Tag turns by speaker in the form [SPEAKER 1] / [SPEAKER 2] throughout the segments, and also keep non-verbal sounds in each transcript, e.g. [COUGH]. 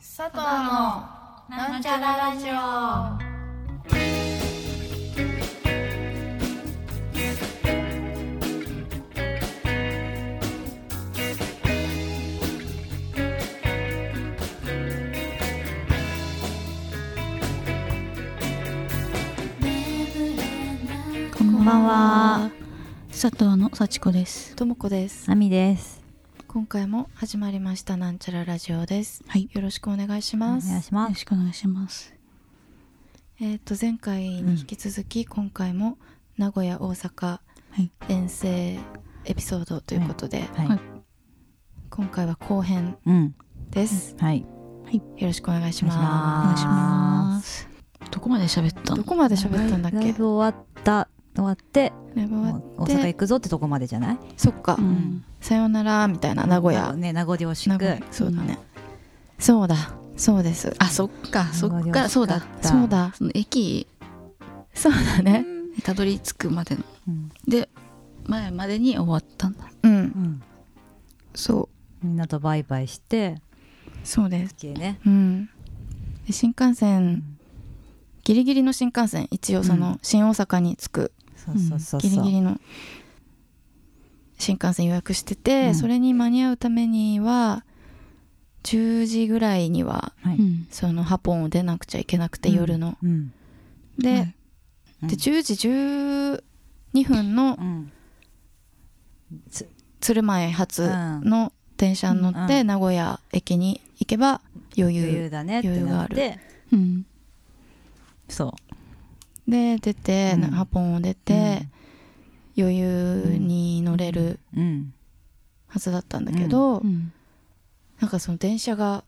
[SPEAKER 1] 佐藤のなんちゃらラジオ
[SPEAKER 2] こんばんは。佐藤の幸子です。
[SPEAKER 1] ともこです
[SPEAKER 3] あみです。
[SPEAKER 1] 今回も始まりましたなんちゃらラジオです
[SPEAKER 2] はい。
[SPEAKER 1] よろしくお願いし
[SPEAKER 3] お
[SPEAKER 1] ます
[SPEAKER 3] 願いし
[SPEAKER 2] よ
[SPEAKER 3] ま
[SPEAKER 2] ろ
[SPEAKER 3] す。
[SPEAKER 2] しくお願いします。
[SPEAKER 1] えっ、と前回に引き続き、今回も名古屋大阪
[SPEAKER 2] はい。
[SPEAKER 1] 遠征エピソードということで、
[SPEAKER 3] はい。
[SPEAKER 2] はい
[SPEAKER 1] 今回は後編
[SPEAKER 3] うん。
[SPEAKER 1] です、
[SPEAKER 3] はい。
[SPEAKER 1] よろしくお願いします
[SPEAKER 3] お願いし
[SPEAKER 2] お
[SPEAKER 3] ま
[SPEAKER 2] 願いします。どこまで喋った
[SPEAKER 1] ど
[SPEAKER 2] の？
[SPEAKER 1] こまで喋ったんだっ
[SPEAKER 3] ライ
[SPEAKER 1] け
[SPEAKER 3] ブ終わった。終わって、
[SPEAKER 1] ライブ終わ
[SPEAKER 3] も
[SPEAKER 1] っ
[SPEAKER 3] う大
[SPEAKER 1] て
[SPEAKER 3] 阪行くぞってとこまでじゃない。
[SPEAKER 1] そっか、
[SPEAKER 2] うん。
[SPEAKER 1] さようならみたいな名古屋
[SPEAKER 3] ね、名残惜し
[SPEAKER 1] 名
[SPEAKER 3] く
[SPEAKER 1] 古。屋そうだね、そうだそうです
[SPEAKER 2] あ、そっか、そ
[SPEAKER 3] 名
[SPEAKER 2] っ
[SPEAKER 3] 残惜し
[SPEAKER 2] か、そうだ。
[SPEAKER 1] そう。だ
[SPEAKER 2] その駅
[SPEAKER 1] そうだね
[SPEAKER 2] にたどり着くまでの
[SPEAKER 3] うん。
[SPEAKER 2] で前までに終わったんだ。
[SPEAKER 1] うん、
[SPEAKER 3] うん
[SPEAKER 1] そう
[SPEAKER 3] みんなとバイバイして。
[SPEAKER 1] そうです
[SPEAKER 3] 綺麗ね。
[SPEAKER 1] うんで新幹線ギリギリの新幹線一応その新大阪に着く
[SPEAKER 3] そうそうそうそう。
[SPEAKER 1] ギリギリの新幹線予約してて、
[SPEAKER 3] うん
[SPEAKER 1] それに間に合うためには10時ぐらいには
[SPEAKER 3] は
[SPEAKER 2] う
[SPEAKER 3] い。
[SPEAKER 2] ん。
[SPEAKER 1] そのハポンを出なくちゃいけなくて、
[SPEAKER 3] うん
[SPEAKER 1] 夜の
[SPEAKER 3] うん。
[SPEAKER 1] で,、
[SPEAKER 2] はい
[SPEAKER 3] うん
[SPEAKER 1] で10時12分の
[SPEAKER 3] うん。
[SPEAKER 1] 鶴舞発
[SPEAKER 3] うん
[SPEAKER 1] の電車に乗っ
[SPEAKER 3] う
[SPEAKER 1] て名古屋駅に行けば余
[SPEAKER 3] 余
[SPEAKER 1] 裕
[SPEAKER 3] 裕だねってなっ
[SPEAKER 1] 余
[SPEAKER 3] て。
[SPEAKER 2] うん。
[SPEAKER 3] そう。
[SPEAKER 1] で出て、
[SPEAKER 3] うん
[SPEAKER 1] ハポンを出て、余裕に乗れる
[SPEAKER 3] うん。
[SPEAKER 1] はずだったんだけど、
[SPEAKER 2] うん。
[SPEAKER 1] なんかその電車が、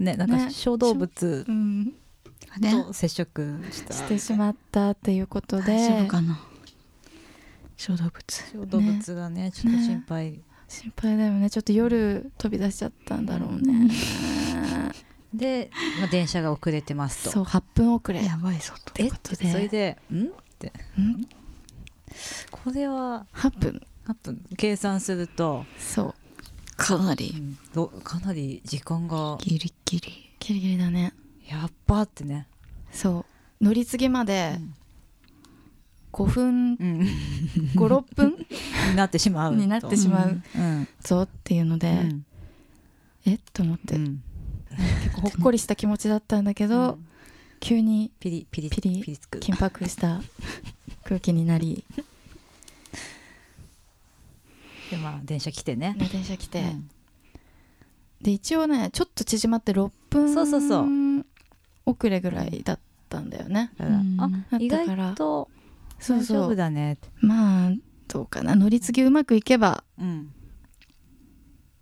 [SPEAKER 3] ね、なんか
[SPEAKER 1] ね
[SPEAKER 3] 小動物
[SPEAKER 2] ね。
[SPEAKER 3] と接触した。
[SPEAKER 1] してしまったっていうことで
[SPEAKER 2] 大丈夫かな。小動物。
[SPEAKER 3] 小動物がね、ちょっと心配。
[SPEAKER 1] 心配だよねちょっと夜飛び出しちゃったんだろうね
[SPEAKER 3] で、まあ、電車が遅れてます
[SPEAKER 1] [LAUGHS]
[SPEAKER 3] と。
[SPEAKER 1] そう8分遅れ
[SPEAKER 2] やばいぞと。
[SPEAKER 1] ということで
[SPEAKER 3] それで「ん?」って
[SPEAKER 1] ん
[SPEAKER 3] これは
[SPEAKER 1] 8分
[SPEAKER 3] 8分計算すると、
[SPEAKER 1] そう
[SPEAKER 2] かな
[SPEAKER 3] う
[SPEAKER 2] り
[SPEAKER 3] んどかなり時間が
[SPEAKER 2] ギリギリ。
[SPEAKER 1] ギリギリだね
[SPEAKER 3] やっばってね、
[SPEAKER 1] そう乗り継ぎま
[SPEAKER 3] う
[SPEAKER 1] で
[SPEAKER 3] ん
[SPEAKER 1] 5分 [LAUGHS]
[SPEAKER 3] うん、に
[SPEAKER 1] 56分
[SPEAKER 3] [LAUGHS] なってしまうと
[SPEAKER 1] になってしまう
[SPEAKER 3] うん
[SPEAKER 1] ぞっていうので、
[SPEAKER 3] うん
[SPEAKER 1] えっと思って、
[SPEAKER 3] うん
[SPEAKER 1] 結構ほっこりした気持ちだったんだけど、
[SPEAKER 3] うん
[SPEAKER 1] 急に
[SPEAKER 3] ピリピリ
[SPEAKER 1] ピリ
[SPEAKER 3] つく
[SPEAKER 1] 緊迫した空気になり
[SPEAKER 3] でまあ電車来てね、
[SPEAKER 1] ね電車来て、
[SPEAKER 3] うん
[SPEAKER 1] で一応ねちょっと縮まって6分
[SPEAKER 3] そうそうそ
[SPEAKER 1] 遅れぐらいだったんだよね
[SPEAKER 3] だから
[SPEAKER 2] うん
[SPEAKER 3] あ
[SPEAKER 1] だ
[SPEAKER 3] 意
[SPEAKER 1] から
[SPEAKER 3] 外と
[SPEAKER 1] そう
[SPEAKER 3] 大丈
[SPEAKER 1] そ
[SPEAKER 3] 夫
[SPEAKER 1] う
[SPEAKER 3] だねって
[SPEAKER 1] まあどうかな乗り継ぎうまくいけば
[SPEAKER 3] うん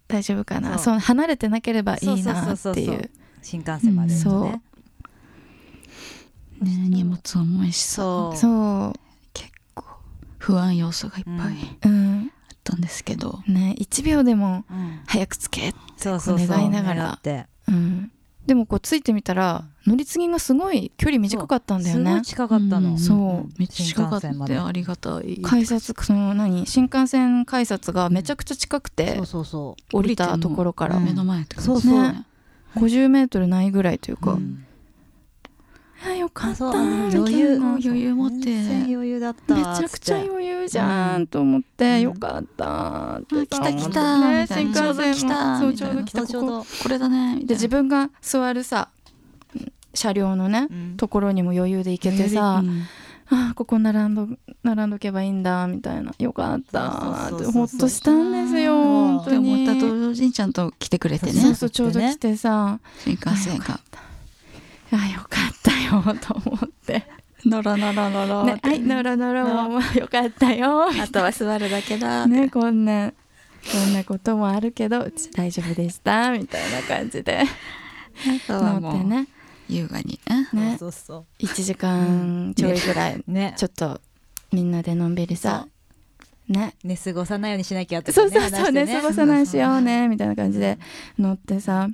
[SPEAKER 1] 大丈夫かな
[SPEAKER 3] そう
[SPEAKER 1] そう離れてなければいいなって
[SPEAKER 3] そうそうそう
[SPEAKER 1] い
[SPEAKER 3] そう
[SPEAKER 1] う
[SPEAKER 3] 新幹線までのね、
[SPEAKER 2] ね荷物重いしさ。
[SPEAKER 3] そう
[SPEAKER 1] そ
[SPEAKER 2] 結構不安要素がいっぱいあっ
[SPEAKER 1] ううん
[SPEAKER 2] たんですけど、
[SPEAKER 1] ね1秒でも
[SPEAKER 3] うん
[SPEAKER 1] 早く着け、
[SPEAKER 3] そうそうそう
[SPEAKER 1] 願いながら
[SPEAKER 3] 狙って
[SPEAKER 1] うん、でもこう着いてみたら乗り継ぎがすごい距離短かったんだよ
[SPEAKER 3] すご
[SPEAKER 1] ね
[SPEAKER 3] い近かったの、
[SPEAKER 2] うん
[SPEAKER 1] そう
[SPEAKER 2] めっちゃ近かっ
[SPEAKER 3] 新幹線ま
[SPEAKER 2] た
[SPEAKER 3] で
[SPEAKER 2] よありがたい
[SPEAKER 1] 改札その何新幹線改札がめちゃくちゃ近くて
[SPEAKER 3] そうそうそう
[SPEAKER 1] 降りたところから
[SPEAKER 3] う
[SPEAKER 2] 目
[SPEAKER 3] ん
[SPEAKER 2] の前って感
[SPEAKER 3] そ
[SPEAKER 2] じ
[SPEAKER 3] う
[SPEAKER 2] です
[SPEAKER 3] そう
[SPEAKER 2] ね
[SPEAKER 1] 50メートルないぐらいというか、
[SPEAKER 3] うん
[SPEAKER 1] あよかった
[SPEAKER 3] そう
[SPEAKER 1] みたいな
[SPEAKER 3] 余裕
[SPEAKER 1] め
[SPEAKER 2] 余裕持って
[SPEAKER 3] 全然余裕だった
[SPEAKER 1] ちゃくちゃ
[SPEAKER 3] 裕
[SPEAKER 1] 余裕じゃんと思って、
[SPEAKER 3] うん
[SPEAKER 1] よかったって
[SPEAKER 2] あ来た来
[SPEAKER 1] 思って
[SPEAKER 2] た
[SPEAKER 1] ね
[SPEAKER 2] みたい
[SPEAKER 1] 新幹
[SPEAKER 2] なちょうど
[SPEAKER 1] 線も
[SPEAKER 2] 来た
[SPEAKER 1] そう
[SPEAKER 2] み
[SPEAKER 1] ち
[SPEAKER 2] た
[SPEAKER 1] ょ
[SPEAKER 2] いう
[SPEAKER 1] ど
[SPEAKER 2] な
[SPEAKER 1] 来たこ
[SPEAKER 3] ちょ
[SPEAKER 1] こ
[SPEAKER 3] うど
[SPEAKER 2] これだねみた
[SPEAKER 1] で
[SPEAKER 2] いな
[SPEAKER 1] 自分が座るさ車両のね、ところにも余裕で行けてさ、
[SPEAKER 2] うん
[SPEAKER 1] あーここ並んど並んどけばいいんだみたいなよかった
[SPEAKER 3] そ
[SPEAKER 1] って
[SPEAKER 3] うそうそうそう
[SPEAKER 1] ほっとしたんですよ
[SPEAKER 3] うん
[SPEAKER 1] 本
[SPEAKER 2] っ
[SPEAKER 1] 当
[SPEAKER 2] て思
[SPEAKER 1] に
[SPEAKER 2] ったと同時にちゃんと来てくれてね
[SPEAKER 1] そうそうちょうど
[SPEAKER 3] ね
[SPEAKER 1] 来てさ、
[SPEAKER 2] 新幹線が
[SPEAKER 1] あよかったよと思って
[SPEAKER 2] ノラノラノラ
[SPEAKER 1] ね、はい、ならならもうよかったよ。
[SPEAKER 2] あとは座るだけだ
[SPEAKER 1] ね、 [LAUGHS] こんな、こんなこともあるけど、うち大丈夫でした、みたいな感じで。
[SPEAKER 2] あとは
[SPEAKER 1] 乗
[SPEAKER 2] も
[SPEAKER 1] って
[SPEAKER 2] う
[SPEAKER 1] ね、
[SPEAKER 2] 優雅にね
[SPEAKER 1] ね、
[SPEAKER 3] そうそうそ
[SPEAKER 1] 1時間ちょいぐらい、
[SPEAKER 3] うね
[SPEAKER 1] ちょっとみんなでのんびりさ、ね。
[SPEAKER 3] 寝過ごさないようにしなきゃとか
[SPEAKER 1] そ
[SPEAKER 3] ね
[SPEAKER 1] うそうそうね、
[SPEAKER 3] 話して
[SPEAKER 1] 過ごさないしようね、みたいな感じで乗ってさ、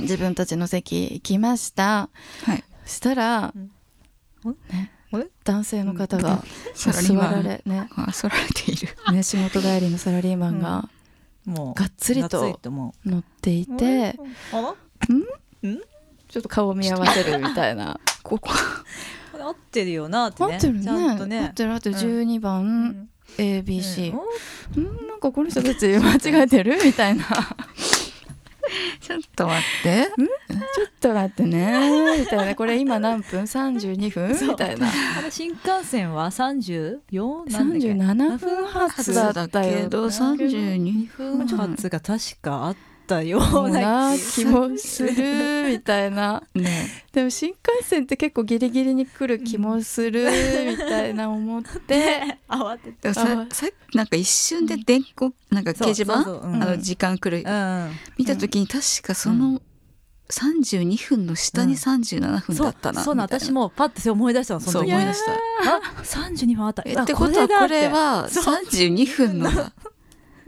[SPEAKER 1] 自分たちの席行きました。
[SPEAKER 2] はい
[SPEAKER 1] したら、ね
[SPEAKER 3] あれ、
[SPEAKER 1] 男性の方が
[SPEAKER 2] サラリー
[SPEAKER 1] 座
[SPEAKER 2] マ
[SPEAKER 1] ら
[SPEAKER 2] ン
[SPEAKER 1] れ、ね、
[SPEAKER 2] あそられている
[SPEAKER 1] ね、仕事帰りのサラリーマンが、
[SPEAKER 3] もう
[SPEAKER 1] がっつりと
[SPEAKER 3] がっつりとも
[SPEAKER 1] 乗っていうて
[SPEAKER 3] あら
[SPEAKER 1] ちょっと顔を見合わせるみたいな [LAUGHS] ここ
[SPEAKER 3] これ合ってるよなって
[SPEAKER 1] 合
[SPEAKER 3] ね
[SPEAKER 1] ってるね
[SPEAKER 3] ちゃんと
[SPEAKER 1] 合っ
[SPEAKER 3] ね
[SPEAKER 1] てる合ってる
[SPEAKER 3] うん
[SPEAKER 1] 12
[SPEAKER 3] う
[SPEAKER 1] 番
[SPEAKER 3] ん
[SPEAKER 1] ABC
[SPEAKER 3] うんお
[SPEAKER 1] うんなんかこの人たち [LAUGHS] 間違えてるみたいな
[SPEAKER 2] ちょっと待っ
[SPEAKER 1] えちょっと待ってね [LAUGHS] みたいなこれ今何分 ?32 分
[SPEAKER 3] そう
[SPEAKER 1] みたいな
[SPEAKER 3] あれ新幹線は 34? なんだっけ
[SPEAKER 1] 37分発だったよ
[SPEAKER 2] けど32
[SPEAKER 3] 分発が確かあったよ
[SPEAKER 1] そう
[SPEAKER 3] うな
[SPEAKER 1] な
[SPEAKER 3] 気
[SPEAKER 1] 気もするみたいな
[SPEAKER 2] ね
[SPEAKER 1] でも新幹線って結構ギリギリに来る気もするみたいな思 [LAUGHS] って
[SPEAKER 3] 慌てて
[SPEAKER 2] でも
[SPEAKER 1] あ
[SPEAKER 2] ささなんか一瞬で電光なんか掲示板
[SPEAKER 3] そうそうそううん
[SPEAKER 2] あの時間来る、
[SPEAKER 3] う
[SPEAKER 2] 見た時に確かその32分の下
[SPEAKER 3] うん
[SPEAKER 2] に37分
[SPEAKER 3] ん
[SPEAKER 2] だったな、
[SPEAKER 3] そうそうな
[SPEAKER 2] みたいな
[SPEAKER 3] 私もパッて思い出したの
[SPEAKER 2] そう
[SPEAKER 3] その
[SPEAKER 2] 思
[SPEAKER 3] 時
[SPEAKER 2] い出した
[SPEAKER 3] あ32分あった
[SPEAKER 2] え
[SPEAKER 3] あ
[SPEAKER 2] ってことは
[SPEAKER 3] だ
[SPEAKER 2] これ
[SPEAKER 3] って
[SPEAKER 2] は
[SPEAKER 3] そ
[SPEAKER 2] 32分のだ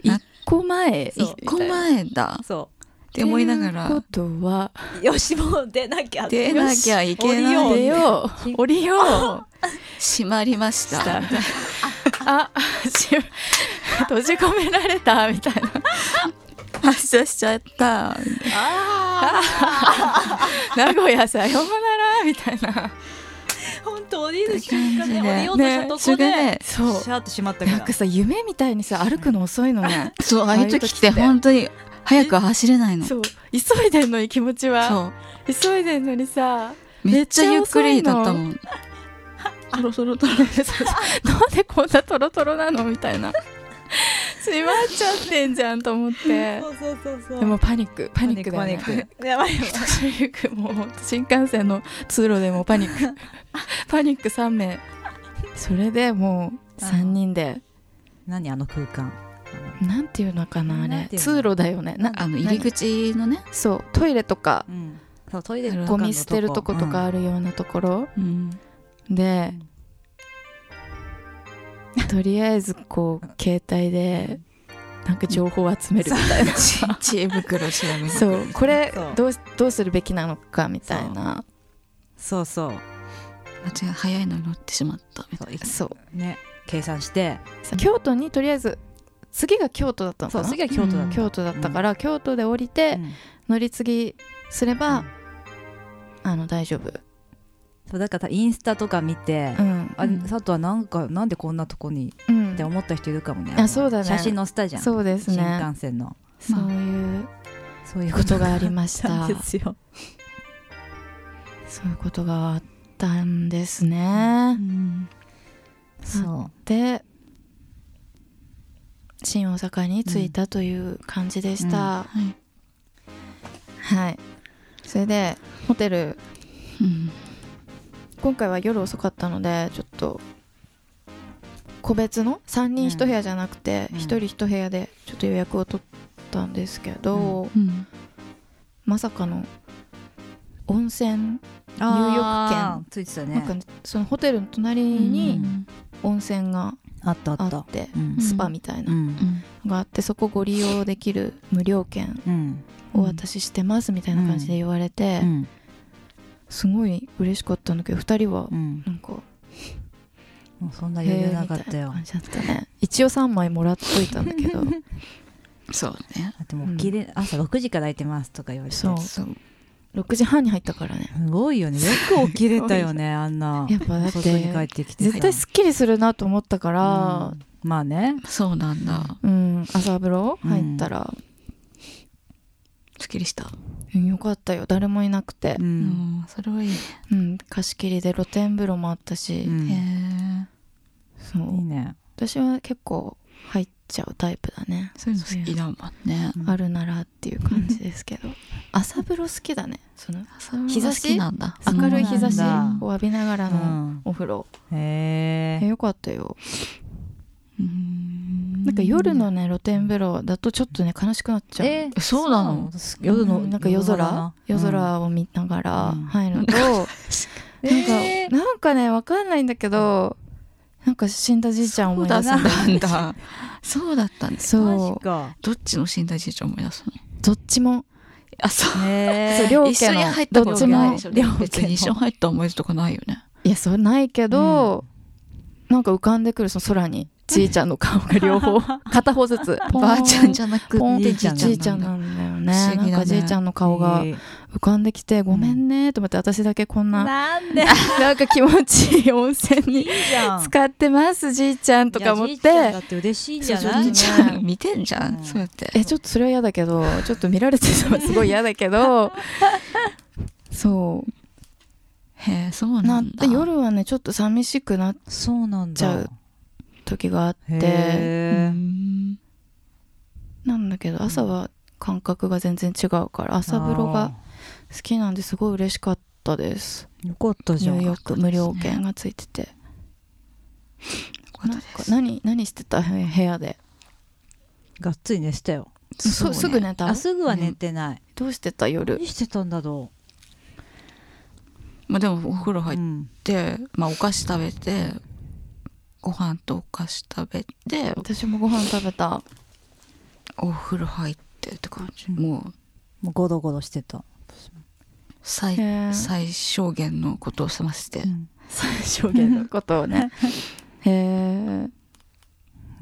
[SPEAKER 1] 1個前
[SPEAKER 3] そう
[SPEAKER 2] 1個前だっ
[SPEAKER 3] そ
[SPEAKER 2] て思いなが
[SPEAKER 1] という
[SPEAKER 2] ら
[SPEAKER 1] ことは
[SPEAKER 3] うよしもう出なきゃ
[SPEAKER 2] 出なきゃいけな
[SPEAKER 3] よし
[SPEAKER 1] 出
[SPEAKER 2] い
[SPEAKER 1] よう降りよう
[SPEAKER 2] 閉まりました
[SPEAKER 1] あし閉じ込められたみたいな
[SPEAKER 2] 発車しちゃった
[SPEAKER 3] あ
[SPEAKER 1] 名古屋さようならみたいな
[SPEAKER 3] あ本当降りる瞬
[SPEAKER 2] 感
[SPEAKER 3] 間ね
[SPEAKER 2] じで
[SPEAKER 3] 降りようとしたとこで、
[SPEAKER 2] ね
[SPEAKER 1] そう
[SPEAKER 3] シャーッと閉まったか
[SPEAKER 1] な
[SPEAKER 3] ら
[SPEAKER 1] んかさ夢みたいにさ歩くの遅いのね
[SPEAKER 2] そうああいう時っ
[SPEAKER 1] ああいう時って
[SPEAKER 2] て本当に早くは走れないのそ
[SPEAKER 1] そう急いでんのに気持ちは
[SPEAKER 2] う
[SPEAKER 1] 急いでんのにさ
[SPEAKER 2] めっちゃゆっくりだったもん
[SPEAKER 1] トロトロトロそうそうなんでこんなトロトロなのみた [LAUGHS] いな閉まっちゃってんじゃんと思 [LAUGHS] って
[SPEAKER 3] そうそうそうそう
[SPEAKER 1] でもパニックパニックだよ
[SPEAKER 3] パニ
[SPEAKER 1] ね
[SPEAKER 3] ックパニックやばいやばい
[SPEAKER 1] パニックもう新幹線の通路でもパニ
[SPEAKER 3] [LAUGHS]
[SPEAKER 1] ックパニック3名それでもう3人で
[SPEAKER 3] 何あの空間
[SPEAKER 1] なんていうのかなあ
[SPEAKER 3] なん
[SPEAKER 1] れ
[SPEAKER 3] ていうの
[SPEAKER 1] 通路だよねな
[SPEAKER 2] あの入り口のね、
[SPEAKER 1] そうトイレとか
[SPEAKER 3] うんそうトイレとかのと
[SPEAKER 1] ゴミ捨てるとことかあるようなところ
[SPEAKER 2] うん、
[SPEAKER 1] でとりあえずこう携帯でなんか情報を集めるみたいな
[SPEAKER 2] 知恵袋調べ
[SPEAKER 1] そ
[SPEAKER 2] そうう
[SPEAKER 1] これ
[SPEAKER 3] そう
[SPEAKER 1] どうしどうするべきなのかみたいな
[SPEAKER 3] そうそう
[SPEAKER 2] 間違い早いのに乗ってしまったみたい
[SPEAKER 3] そうい
[SPEAKER 1] そう
[SPEAKER 3] ね計算して
[SPEAKER 1] 京都にとりあえず次が京都だったの
[SPEAKER 3] そ
[SPEAKER 1] か
[SPEAKER 3] う
[SPEAKER 1] な
[SPEAKER 3] 次は京都だ
[SPEAKER 2] う
[SPEAKER 3] っ
[SPEAKER 2] ん
[SPEAKER 3] た
[SPEAKER 1] 京都だったから、京都で降りて
[SPEAKER 3] うん
[SPEAKER 1] 乗り継ぎすれば、
[SPEAKER 3] うん
[SPEAKER 1] あの大丈夫、
[SPEAKER 3] そうだからインスタとか見て
[SPEAKER 1] うん
[SPEAKER 3] あ佐藤はなんかなんでこんなとこに
[SPEAKER 1] うん
[SPEAKER 3] って思った人いるかもね
[SPEAKER 1] あそうだね
[SPEAKER 3] 写真載せたじゃん
[SPEAKER 1] そうです
[SPEAKER 3] 新
[SPEAKER 1] ね
[SPEAKER 3] 幹線の
[SPEAKER 1] そういう
[SPEAKER 3] そういう
[SPEAKER 1] ことがあり
[SPEAKER 3] ま
[SPEAKER 1] まし
[SPEAKER 3] [LAUGHS]
[SPEAKER 1] た
[SPEAKER 3] ですよ
[SPEAKER 1] そういうことがあったんですね、
[SPEAKER 3] そう
[SPEAKER 1] で新大阪に着いたという感じでした、
[SPEAKER 2] はい
[SPEAKER 1] はいそれでホテル
[SPEAKER 2] うん
[SPEAKER 1] 今回は夜遅かったのでちょっと個別の3人1部屋じゃなくて
[SPEAKER 3] うん
[SPEAKER 1] 1人1部屋でちょっと予約を取ったんですけど、
[SPEAKER 2] うん
[SPEAKER 1] まさかの温泉、
[SPEAKER 3] あーついてた
[SPEAKER 1] なんか
[SPEAKER 3] ね
[SPEAKER 1] そのホテルの隣
[SPEAKER 2] う
[SPEAKER 1] に
[SPEAKER 2] ん
[SPEAKER 1] 温泉が
[SPEAKER 3] あったあ
[SPEAKER 1] あ
[SPEAKER 3] った
[SPEAKER 1] って、
[SPEAKER 3] うん
[SPEAKER 1] スパみたいうなの
[SPEAKER 3] ん
[SPEAKER 2] うん
[SPEAKER 1] があってそこご利用できる無料券
[SPEAKER 3] うん
[SPEAKER 1] お渡ししてますみたいな感じで言われて、
[SPEAKER 3] うん
[SPEAKER 1] すごい嬉しかったんだけど2人は
[SPEAKER 3] うん
[SPEAKER 1] なんか
[SPEAKER 3] もうそんな
[SPEAKER 1] へ
[SPEAKER 3] 余裕
[SPEAKER 1] ー
[SPEAKER 3] な
[SPEAKER 1] み
[SPEAKER 3] か
[SPEAKER 1] た
[SPEAKER 3] っ
[SPEAKER 1] い
[SPEAKER 3] た
[SPEAKER 1] な
[SPEAKER 3] よ
[SPEAKER 1] 感じだったね一応3枚もらっといたんだけど
[SPEAKER 2] そうね
[SPEAKER 3] だってもう起きれ朝6時から空いてますとか言われてす
[SPEAKER 1] そう
[SPEAKER 2] そう
[SPEAKER 1] 6時半に入ったからね
[SPEAKER 3] ごいよねよく起きれたよねあんな
[SPEAKER 1] やっぱだっ
[SPEAKER 3] 外に帰っててきてさ
[SPEAKER 1] 絶対すっきりするなと思ったから
[SPEAKER 3] うん、まあね
[SPEAKER 2] そうなんだ
[SPEAKER 1] うん、朝風呂入ったら、
[SPEAKER 2] すっきりした
[SPEAKER 1] うんよかったよ誰もいなくて
[SPEAKER 3] う、
[SPEAKER 2] うんんそれはいいね
[SPEAKER 1] うん、貸し切りで露天風呂もあったし、
[SPEAKER 3] うんい
[SPEAKER 2] へえ
[SPEAKER 1] そう
[SPEAKER 3] いね
[SPEAKER 1] 私は結構入っちゃうタイプだね、
[SPEAKER 2] そういうの好きだもんね
[SPEAKER 3] うん
[SPEAKER 1] あるならっていう感じですけど朝風呂好きだねその
[SPEAKER 2] 日差しなんだ
[SPEAKER 3] そう
[SPEAKER 1] 明るい日差し
[SPEAKER 3] なんだ
[SPEAKER 1] を浴びながら
[SPEAKER 3] う
[SPEAKER 1] の
[SPEAKER 3] ん
[SPEAKER 1] お風呂、
[SPEAKER 3] へ
[SPEAKER 1] え
[SPEAKER 3] え
[SPEAKER 1] よかったよ
[SPEAKER 2] うん
[SPEAKER 1] なんか夜のね露天風呂だとちょっとね悲しくなっちゃう、
[SPEAKER 2] えそうなの
[SPEAKER 3] そうなの夜の
[SPEAKER 1] うんなんか夜空夜空を見ながら入るのと、なんか、
[SPEAKER 3] え
[SPEAKER 1] なんかねわかんないんだけどなんか死んだじいちゃん思い出すんだよね
[SPEAKER 2] そうだなんだそうだったんです
[SPEAKER 1] [LAUGHS] そう
[SPEAKER 3] マジか
[SPEAKER 2] どっちの寝台じいちゃん思い出すの
[SPEAKER 1] どっちも
[SPEAKER 2] あそう
[SPEAKER 1] [LAUGHS]
[SPEAKER 3] へ
[SPEAKER 1] そう
[SPEAKER 3] え
[SPEAKER 1] 両家の
[SPEAKER 2] 一緒に入ったことないでしょ
[SPEAKER 1] どっちも
[SPEAKER 2] 別に一緒に入った思い出とかないよね
[SPEAKER 1] いやそうないけど、なんか浮かんでくるその空にじいちゃんの顔が両方片方ずつ
[SPEAKER 2] ポーン
[SPEAKER 1] ばあちゃんじゃなく
[SPEAKER 2] ポン
[SPEAKER 1] て
[SPEAKER 2] って
[SPEAKER 1] じ
[SPEAKER 2] じ
[SPEAKER 1] い
[SPEAKER 2] い
[SPEAKER 1] ちゃん
[SPEAKER 2] ちゃん
[SPEAKER 1] な
[SPEAKER 2] なん
[SPEAKER 1] だよね
[SPEAKER 2] 不思議だ
[SPEAKER 1] なん
[SPEAKER 2] ね
[SPEAKER 1] かじいちゃんの顔が
[SPEAKER 4] えー
[SPEAKER 1] 浮かんできて「ごめんね」と思って私だけこんな
[SPEAKER 4] なん
[SPEAKER 1] [LAUGHS]
[SPEAKER 4] でい
[SPEAKER 1] なんか気持ちいい温泉
[SPEAKER 4] い
[SPEAKER 1] に
[SPEAKER 4] じゃん
[SPEAKER 1] 使ってますじいちゃんとか思っ
[SPEAKER 3] いやじいちゃん
[SPEAKER 1] て
[SPEAKER 3] だって嬉しいんじ
[SPEAKER 2] そう
[SPEAKER 3] ゃ
[SPEAKER 2] そう
[SPEAKER 3] ない
[SPEAKER 2] じいちゃん見てんじゃん、
[SPEAKER 3] うん
[SPEAKER 2] そうやって
[SPEAKER 1] えちょっとそれは嫌だけ
[SPEAKER 3] [LAUGHS]
[SPEAKER 1] どちょっと見られてたのはすごい嫌だけどそう
[SPEAKER 2] へえそ
[SPEAKER 1] な
[SPEAKER 2] うなんん
[SPEAKER 1] で
[SPEAKER 2] だ
[SPEAKER 1] 夜はねちょっと寂しくなっ
[SPEAKER 3] そうなん
[SPEAKER 1] ちゃ
[SPEAKER 3] だ
[SPEAKER 1] う時があって
[SPEAKER 2] う
[SPEAKER 3] へー
[SPEAKER 2] ん
[SPEAKER 1] なんだけど朝は感覚が全然違うから朝風呂が好きなんですごい嬉しかったです
[SPEAKER 3] あーよかった
[SPEAKER 1] ニ
[SPEAKER 3] じゃ
[SPEAKER 1] ューヨ
[SPEAKER 3] ん
[SPEAKER 1] ーク無料券がついててなんか何何してたへ部屋で
[SPEAKER 3] がっつり寝したよ
[SPEAKER 1] そすぐ寝た
[SPEAKER 3] あすぐは寝てない
[SPEAKER 1] どうしてた夜
[SPEAKER 3] 何してたんだろ
[SPEAKER 2] まあでもお風呂
[SPEAKER 3] う
[SPEAKER 2] 入っ
[SPEAKER 3] うん
[SPEAKER 2] て、まあお菓子食べてご飯とお菓子食べて
[SPEAKER 1] 私もご飯食べた
[SPEAKER 2] お風呂入ってって感じ、
[SPEAKER 3] うん
[SPEAKER 2] もう
[SPEAKER 3] もうゴロゴロしてた
[SPEAKER 2] 最
[SPEAKER 1] へー
[SPEAKER 2] 最小限のことを済ませて、
[SPEAKER 3] うん
[SPEAKER 1] 最小限のことを
[SPEAKER 3] [LAUGHS]
[SPEAKER 1] ねへえ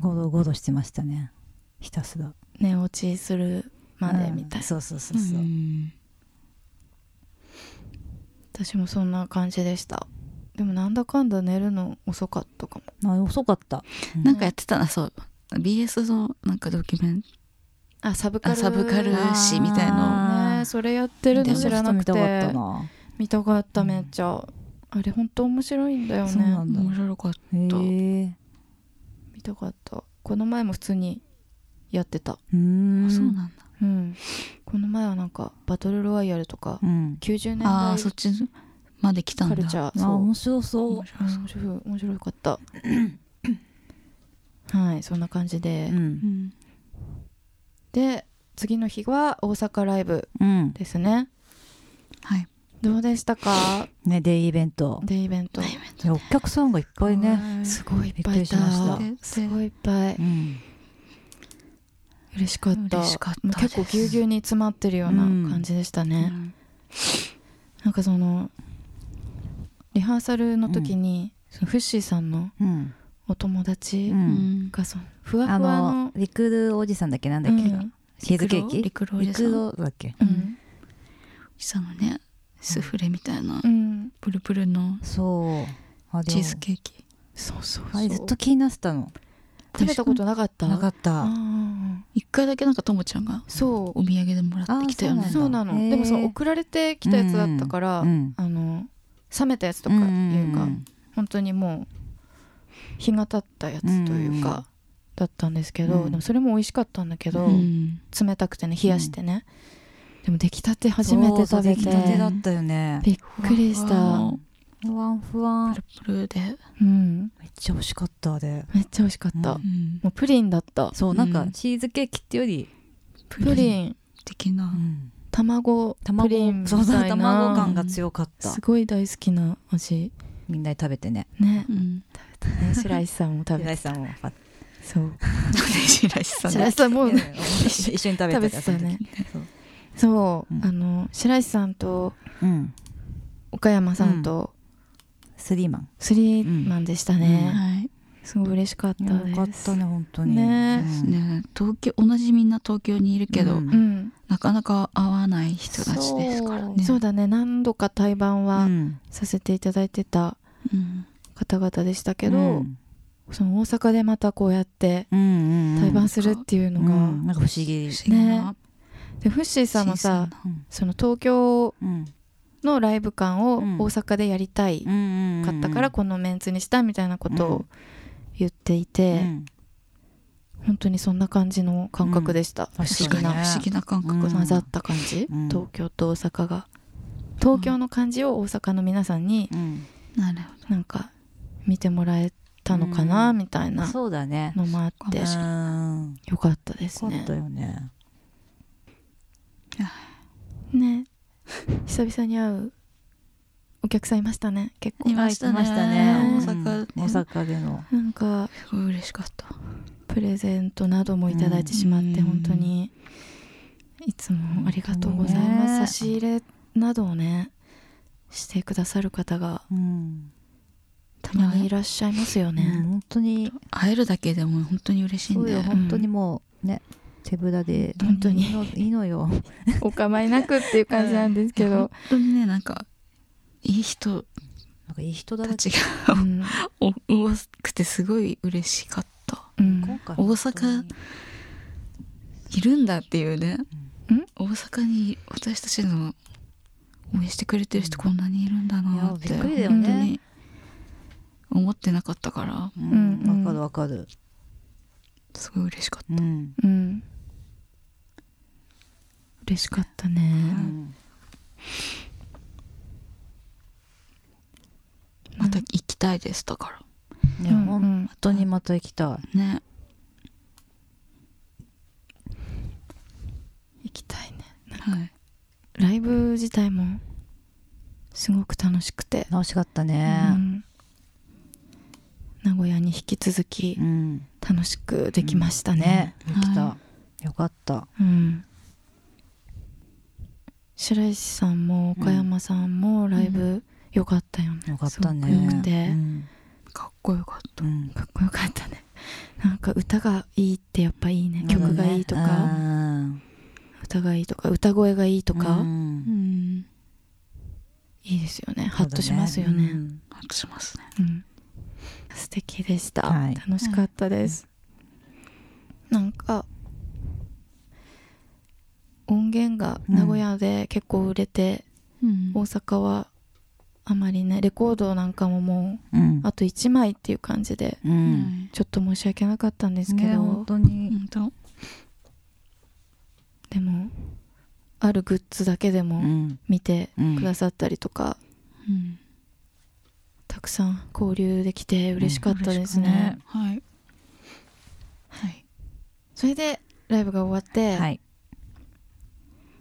[SPEAKER 3] ゴロゴロしてましたねひたすら
[SPEAKER 1] 寝落ちするまでみたいな
[SPEAKER 3] うんそうそうそうそううん
[SPEAKER 1] 私もそんな感じでしたでもなんだかんだ寝るの遅かったかも
[SPEAKER 3] あ遅かった
[SPEAKER 2] なんかやってたなそう BS のなんかドキュメン
[SPEAKER 1] あサブ
[SPEAKER 2] トサブカル誌みたいの
[SPEAKER 3] あー
[SPEAKER 1] ねそれやってるの知らなくて
[SPEAKER 3] 見たかったな
[SPEAKER 1] 見たかっためっちゃ、あれ本当面白いんだよ
[SPEAKER 3] そう
[SPEAKER 1] ね
[SPEAKER 3] なんだ
[SPEAKER 2] 面白かっ
[SPEAKER 3] へー
[SPEAKER 1] 見たかったこの前も普通にやってた
[SPEAKER 3] うー
[SPEAKER 2] た、
[SPEAKER 3] ん
[SPEAKER 2] そうなんだ
[SPEAKER 1] うんこの前はなんかバトルロワイヤルとか
[SPEAKER 3] うん
[SPEAKER 1] 90年
[SPEAKER 2] ああーそ
[SPEAKER 1] 代
[SPEAKER 2] っちまで来たん
[SPEAKER 1] カ
[SPEAKER 2] だ
[SPEAKER 1] ルチャー
[SPEAKER 3] あ
[SPEAKER 1] そう
[SPEAKER 3] 面白そう
[SPEAKER 2] 面白そう
[SPEAKER 1] 面白い面白かったはいそんな感じで、
[SPEAKER 3] うん
[SPEAKER 2] うん
[SPEAKER 1] で次の日は大阪ライブ
[SPEAKER 3] うん
[SPEAKER 1] ですね
[SPEAKER 2] はい
[SPEAKER 1] どうでしたか
[SPEAKER 3] ねデイイベント
[SPEAKER 1] でイベント
[SPEAKER 2] ライブ
[SPEAKER 3] ねお客さんがいっぱいね
[SPEAKER 1] すごいいっぱ
[SPEAKER 3] び
[SPEAKER 1] い
[SPEAKER 3] っくり
[SPEAKER 1] い
[SPEAKER 3] したました
[SPEAKER 1] すごいいっぱい
[SPEAKER 3] うん
[SPEAKER 1] 嬉しかった
[SPEAKER 2] 嬉しかった
[SPEAKER 1] もう結構ぎゅうぎゅうに詰まってるような
[SPEAKER 3] うん
[SPEAKER 1] 感じでした
[SPEAKER 2] う
[SPEAKER 1] ね、
[SPEAKER 2] ん
[SPEAKER 1] なんかそのリハーサルの時に、そのフッシーさんの
[SPEAKER 3] うん
[SPEAKER 1] お友達
[SPEAKER 2] う
[SPEAKER 3] う
[SPEAKER 2] んん
[SPEAKER 1] がそのふわ
[SPEAKER 3] あ
[SPEAKER 1] ふわの
[SPEAKER 3] のリクルおじさんだっけなんだっけ
[SPEAKER 1] うん
[SPEAKER 3] チーズケーキ
[SPEAKER 2] 陸老
[SPEAKER 3] リ
[SPEAKER 2] で
[SPEAKER 3] ク
[SPEAKER 2] さ
[SPEAKER 3] ルだっけ
[SPEAKER 1] うん
[SPEAKER 2] 久のねスフレみたいな
[SPEAKER 1] うん
[SPEAKER 2] プルプルの
[SPEAKER 3] そうあれを
[SPEAKER 2] チーズケーキ
[SPEAKER 1] そうそう
[SPEAKER 3] あ
[SPEAKER 1] そ
[SPEAKER 3] れ
[SPEAKER 1] う
[SPEAKER 3] ずっと気になってたの
[SPEAKER 1] 食べたことなかった
[SPEAKER 3] なかった
[SPEAKER 1] ああ
[SPEAKER 2] 一回だけなんかともちゃんが
[SPEAKER 1] そ
[SPEAKER 2] お土産でもらってきたよ
[SPEAKER 3] あ
[SPEAKER 2] ね
[SPEAKER 1] う
[SPEAKER 3] ー
[SPEAKER 1] そうなの
[SPEAKER 3] へー
[SPEAKER 1] でもその送られてきたやつだったから、
[SPEAKER 3] うん
[SPEAKER 1] あの冷めたやつとかいうか、本当にもう日が経ったやつというか、
[SPEAKER 3] うんうん
[SPEAKER 1] だったんですけど、
[SPEAKER 3] うん
[SPEAKER 1] でもそれも美味しかったんだけど、
[SPEAKER 2] うん
[SPEAKER 1] 冷たくてね冷やしてね、でも出来たて初めて食べて
[SPEAKER 3] そうそう出来たてだったよね
[SPEAKER 1] びっくりし
[SPEAKER 2] ふわふわ
[SPEAKER 1] た
[SPEAKER 2] の
[SPEAKER 3] ふわんふわん
[SPEAKER 2] プルプルで
[SPEAKER 1] うん
[SPEAKER 3] めっちゃ美味しかったあれ
[SPEAKER 1] めっちゃ美味しかった、
[SPEAKER 3] う
[SPEAKER 1] も
[SPEAKER 2] うん
[SPEAKER 1] うプリンだった
[SPEAKER 3] そうなんか
[SPEAKER 2] うん
[SPEAKER 3] チーズケーキってより
[SPEAKER 1] プリン
[SPEAKER 2] 的な
[SPEAKER 1] 卵プ
[SPEAKER 3] 卵
[SPEAKER 1] リンみた
[SPEAKER 3] そうそう
[SPEAKER 1] いな
[SPEAKER 3] 卵感が強かった
[SPEAKER 1] すごい大好きな味
[SPEAKER 3] みんなで食べてね
[SPEAKER 1] ね
[SPEAKER 2] うん
[SPEAKER 1] ね白石さんも食べ [LAUGHS]
[SPEAKER 3] 平
[SPEAKER 1] て
[SPEAKER 3] 井さんもあ
[SPEAKER 1] そう
[SPEAKER 2] 白石さん
[SPEAKER 1] 白石さんも
[SPEAKER 3] [LAUGHS] 一緒一緒に食べ
[SPEAKER 1] 食べ
[SPEAKER 3] て
[SPEAKER 1] てたね
[SPEAKER 3] そう
[SPEAKER 1] [LAUGHS] そう、
[SPEAKER 3] うん
[SPEAKER 1] あの白石さんと
[SPEAKER 3] うん
[SPEAKER 1] 岡山さんと
[SPEAKER 3] スリーマン
[SPEAKER 1] スリーマンでしたね、
[SPEAKER 2] はい
[SPEAKER 1] すごい嬉しかったです
[SPEAKER 3] よかったね本当に
[SPEAKER 1] ね
[SPEAKER 3] うん
[SPEAKER 2] ね東京同じみんな東京にいるけど、
[SPEAKER 3] うん
[SPEAKER 1] うん
[SPEAKER 2] なかなか会わない人たちですからね
[SPEAKER 1] そうだね何度か対バン
[SPEAKER 3] う
[SPEAKER 1] は
[SPEAKER 3] ん
[SPEAKER 1] させていただいてた
[SPEAKER 2] うん
[SPEAKER 1] 方々でしたけど、
[SPEAKER 3] うん
[SPEAKER 1] その大阪でまたこうやって
[SPEAKER 3] うんうん
[SPEAKER 1] 対バンするっていうのが、
[SPEAKER 3] うんなんか不思議
[SPEAKER 2] 不思議な
[SPEAKER 1] でフッシーさんもさ
[SPEAKER 3] うん
[SPEAKER 1] その東京
[SPEAKER 3] うん
[SPEAKER 1] のライブ感を
[SPEAKER 3] うん
[SPEAKER 1] 大阪でやりたい
[SPEAKER 3] 買
[SPEAKER 1] かったからこのメンツにしたみたいなことを言っていて、本当にそんな感じの感覚でした、
[SPEAKER 3] うん
[SPEAKER 1] 不
[SPEAKER 2] 不
[SPEAKER 1] 思
[SPEAKER 2] 思
[SPEAKER 1] 議
[SPEAKER 2] 議
[SPEAKER 1] な、
[SPEAKER 2] な不思議な感覚
[SPEAKER 3] うん
[SPEAKER 2] だ
[SPEAKER 1] 混ざった感じ、
[SPEAKER 3] うん
[SPEAKER 1] 東京と大阪が東京の感じを大阪の皆さんに
[SPEAKER 2] なるほど
[SPEAKER 1] なんか見てもらえたのかな
[SPEAKER 3] うん
[SPEAKER 1] みたいな
[SPEAKER 3] そうだね
[SPEAKER 1] のもあって
[SPEAKER 2] うん
[SPEAKER 3] うん
[SPEAKER 1] よかったです
[SPEAKER 3] そうだ
[SPEAKER 1] ね。
[SPEAKER 3] ったよね
[SPEAKER 1] ね久々に会うお客さんいましたね結構
[SPEAKER 2] いましたね
[SPEAKER 3] いました
[SPEAKER 2] 大
[SPEAKER 3] ね
[SPEAKER 2] 阪で
[SPEAKER 3] 大阪での
[SPEAKER 1] なんか
[SPEAKER 2] すごい嬉しかった
[SPEAKER 1] プレゼントなどもいただいてしまって、
[SPEAKER 2] うん
[SPEAKER 1] 本当にいつもありがとうございます、差
[SPEAKER 3] ね
[SPEAKER 1] し入れなどをねしてくださる方が
[SPEAKER 3] うん
[SPEAKER 1] たたまにいらっしゃいますよ
[SPEAKER 3] うん
[SPEAKER 1] ね。
[SPEAKER 3] 本当に
[SPEAKER 2] 会えるだけでも本当に嬉しい
[SPEAKER 3] そ
[SPEAKER 2] ん
[SPEAKER 3] う
[SPEAKER 2] で
[SPEAKER 3] よ本当にもうね手ぶらで
[SPEAKER 1] 本当に
[SPEAKER 3] いいのいいのよ
[SPEAKER 1] お構いなくっていう感じなんです [LAUGHS] けど
[SPEAKER 2] 本、当にねなんかいい人
[SPEAKER 3] なんかいい人だら
[SPEAKER 2] た
[SPEAKER 3] け
[SPEAKER 2] ちが
[SPEAKER 1] うん
[SPEAKER 2] [LAUGHS] お多くてすごい嬉しかった
[SPEAKER 1] うん、
[SPEAKER 2] 大
[SPEAKER 3] 回
[SPEAKER 2] 阪いるんだっていうね、
[SPEAKER 1] うん
[SPEAKER 2] 大阪に私たちの応援してくれてる人こんなにいるんだなって
[SPEAKER 3] いやびっくりだよ
[SPEAKER 2] 本
[SPEAKER 3] ね
[SPEAKER 2] 当に思ってなかったから
[SPEAKER 3] う
[SPEAKER 1] うんうん
[SPEAKER 3] んわかるわかる
[SPEAKER 2] すごい嬉しかっ
[SPEAKER 3] うん
[SPEAKER 1] うん、嬉しかった
[SPEAKER 3] う
[SPEAKER 1] ね。
[SPEAKER 3] ん
[SPEAKER 2] たまた行きたいですだか
[SPEAKER 1] う
[SPEAKER 3] い
[SPEAKER 1] ん
[SPEAKER 3] や本
[SPEAKER 1] うん
[SPEAKER 3] 当にまた行きたい
[SPEAKER 2] らね
[SPEAKER 1] 行きたいね。
[SPEAKER 2] はい
[SPEAKER 1] ライブ自体もすごく楽しくて、
[SPEAKER 3] 楽しかった
[SPEAKER 1] う
[SPEAKER 3] ね
[SPEAKER 1] ん名古屋に引き続き
[SPEAKER 3] うん
[SPEAKER 1] 楽しくできましたね
[SPEAKER 3] ね。行き
[SPEAKER 2] は
[SPEAKER 3] たよかった
[SPEAKER 1] うん白石さんも岡山さんもライブ良かったよね、
[SPEAKER 3] よかったね
[SPEAKER 1] すごく良くて
[SPEAKER 3] うん
[SPEAKER 2] かっこよかった
[SPEAKER 3] うん
[SPEAKER 1] かっこよかったねなんか歌がいいってやっぱいいね曲がいいとか、
[SPEAKER 3] うん
[SPEAKER 1] 歌がいいとか歌声がいいとか、
[SPEAKER 2] う
[SPEAKER 3] うん
[SPEAKER 2] ん
[SPEAKER 1] いいですよねハッとしますよね
[SPEAKER 3] うん
[SPEAKER 2] ハッとしますね
[SPEAKER 1] うん素敵でした、
[SPEAKER 3] はい
[SPEAKER 1] 楽しかったです、なんか音源が名古屋で結構売れて、
[SPEAKER 2] うん
[SPEAKER 1] 大阪はあまりねレコードなんかももう
[SPEAKER 3] うん
[SPEAKER 1] あと1枚っていう感じで
[SPEAKER 3] うん
[SPEAKER 1] ちょっと申し訳なかったんですけ
[SPEAKER 3] ね
[SPEAKER 1] ど
[SPEAKER 3] 本、当に
[SPEAKER 2] 本当
[SPEAKER 1] でもあるグッズだけで
[SPEAKER 3] う
[SPEAKER 1] も
[SPEAKER 3] ん
[SPEAKER 1] 見て
[SPEAKER 3] うん
[SPEAKER 1] くださったりとか、
[SPEAKER 2] うん
[SPEAKER 1] たくさん交流できて嬉しかったですね,、
[SPEAKER 3] 嬉し
[SPEAKER 2] はいはい
[SPEAKER 1] それでライブが終わって、
[SPEAKER 3] はい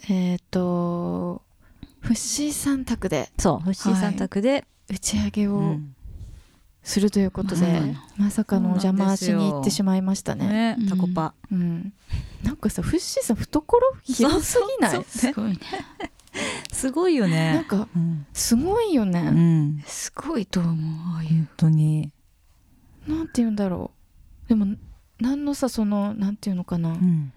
[SPEAKER 1] えっ、とフッシーさん宅で
[SPEAKER 3] そう星井さん宅で
[SPEAKER 1] 打ち上げ
[SPEAKER 3] う
[SPEAKER 1] を
[SPEAKER 3] ん
[SPEAKER 1] するということで、
[SPEAKER 2] まさかの
[SPEAKER 1] まさかのお
[SPEAKER 5] そうな
[SPEAKER 1] 邪
[SPEAKER 5] ん
[SPEAKER 1] 魔
[SPEAKER 5] です
[SPEAKER 1] し
[SPEAKER 5] よ
[SPEAKER 1] に行ってしまいました
[SPEAKER 5] ね
[SPEAKER 1] ね
[SPEAKER 2] うん
[SPEAKER 3] タコパ
[SPEAKER 1] うん、なんかさフッシーさん懐広すぎない
[SPEAKER 2] すごいね
[SPEAKER 5] すごいよ
[SPEAKER 1] なん
[SPEAKER 5] ね
[SPEAKER 1] か
[SPEAKER 3] うん
[SPEAKER 1] すごいよ
[SPEAKER 3] う
[SPEAKER 1] ね、
[SPEAKER 3] ん
[SPEAKER 2] すごいと思うああいう
[SPEAKER 3] 本当に
[SPEAKER 1] なんて言うんだろうでも何のさそのなんて言うのかな、う
[SPEAKER 3] うん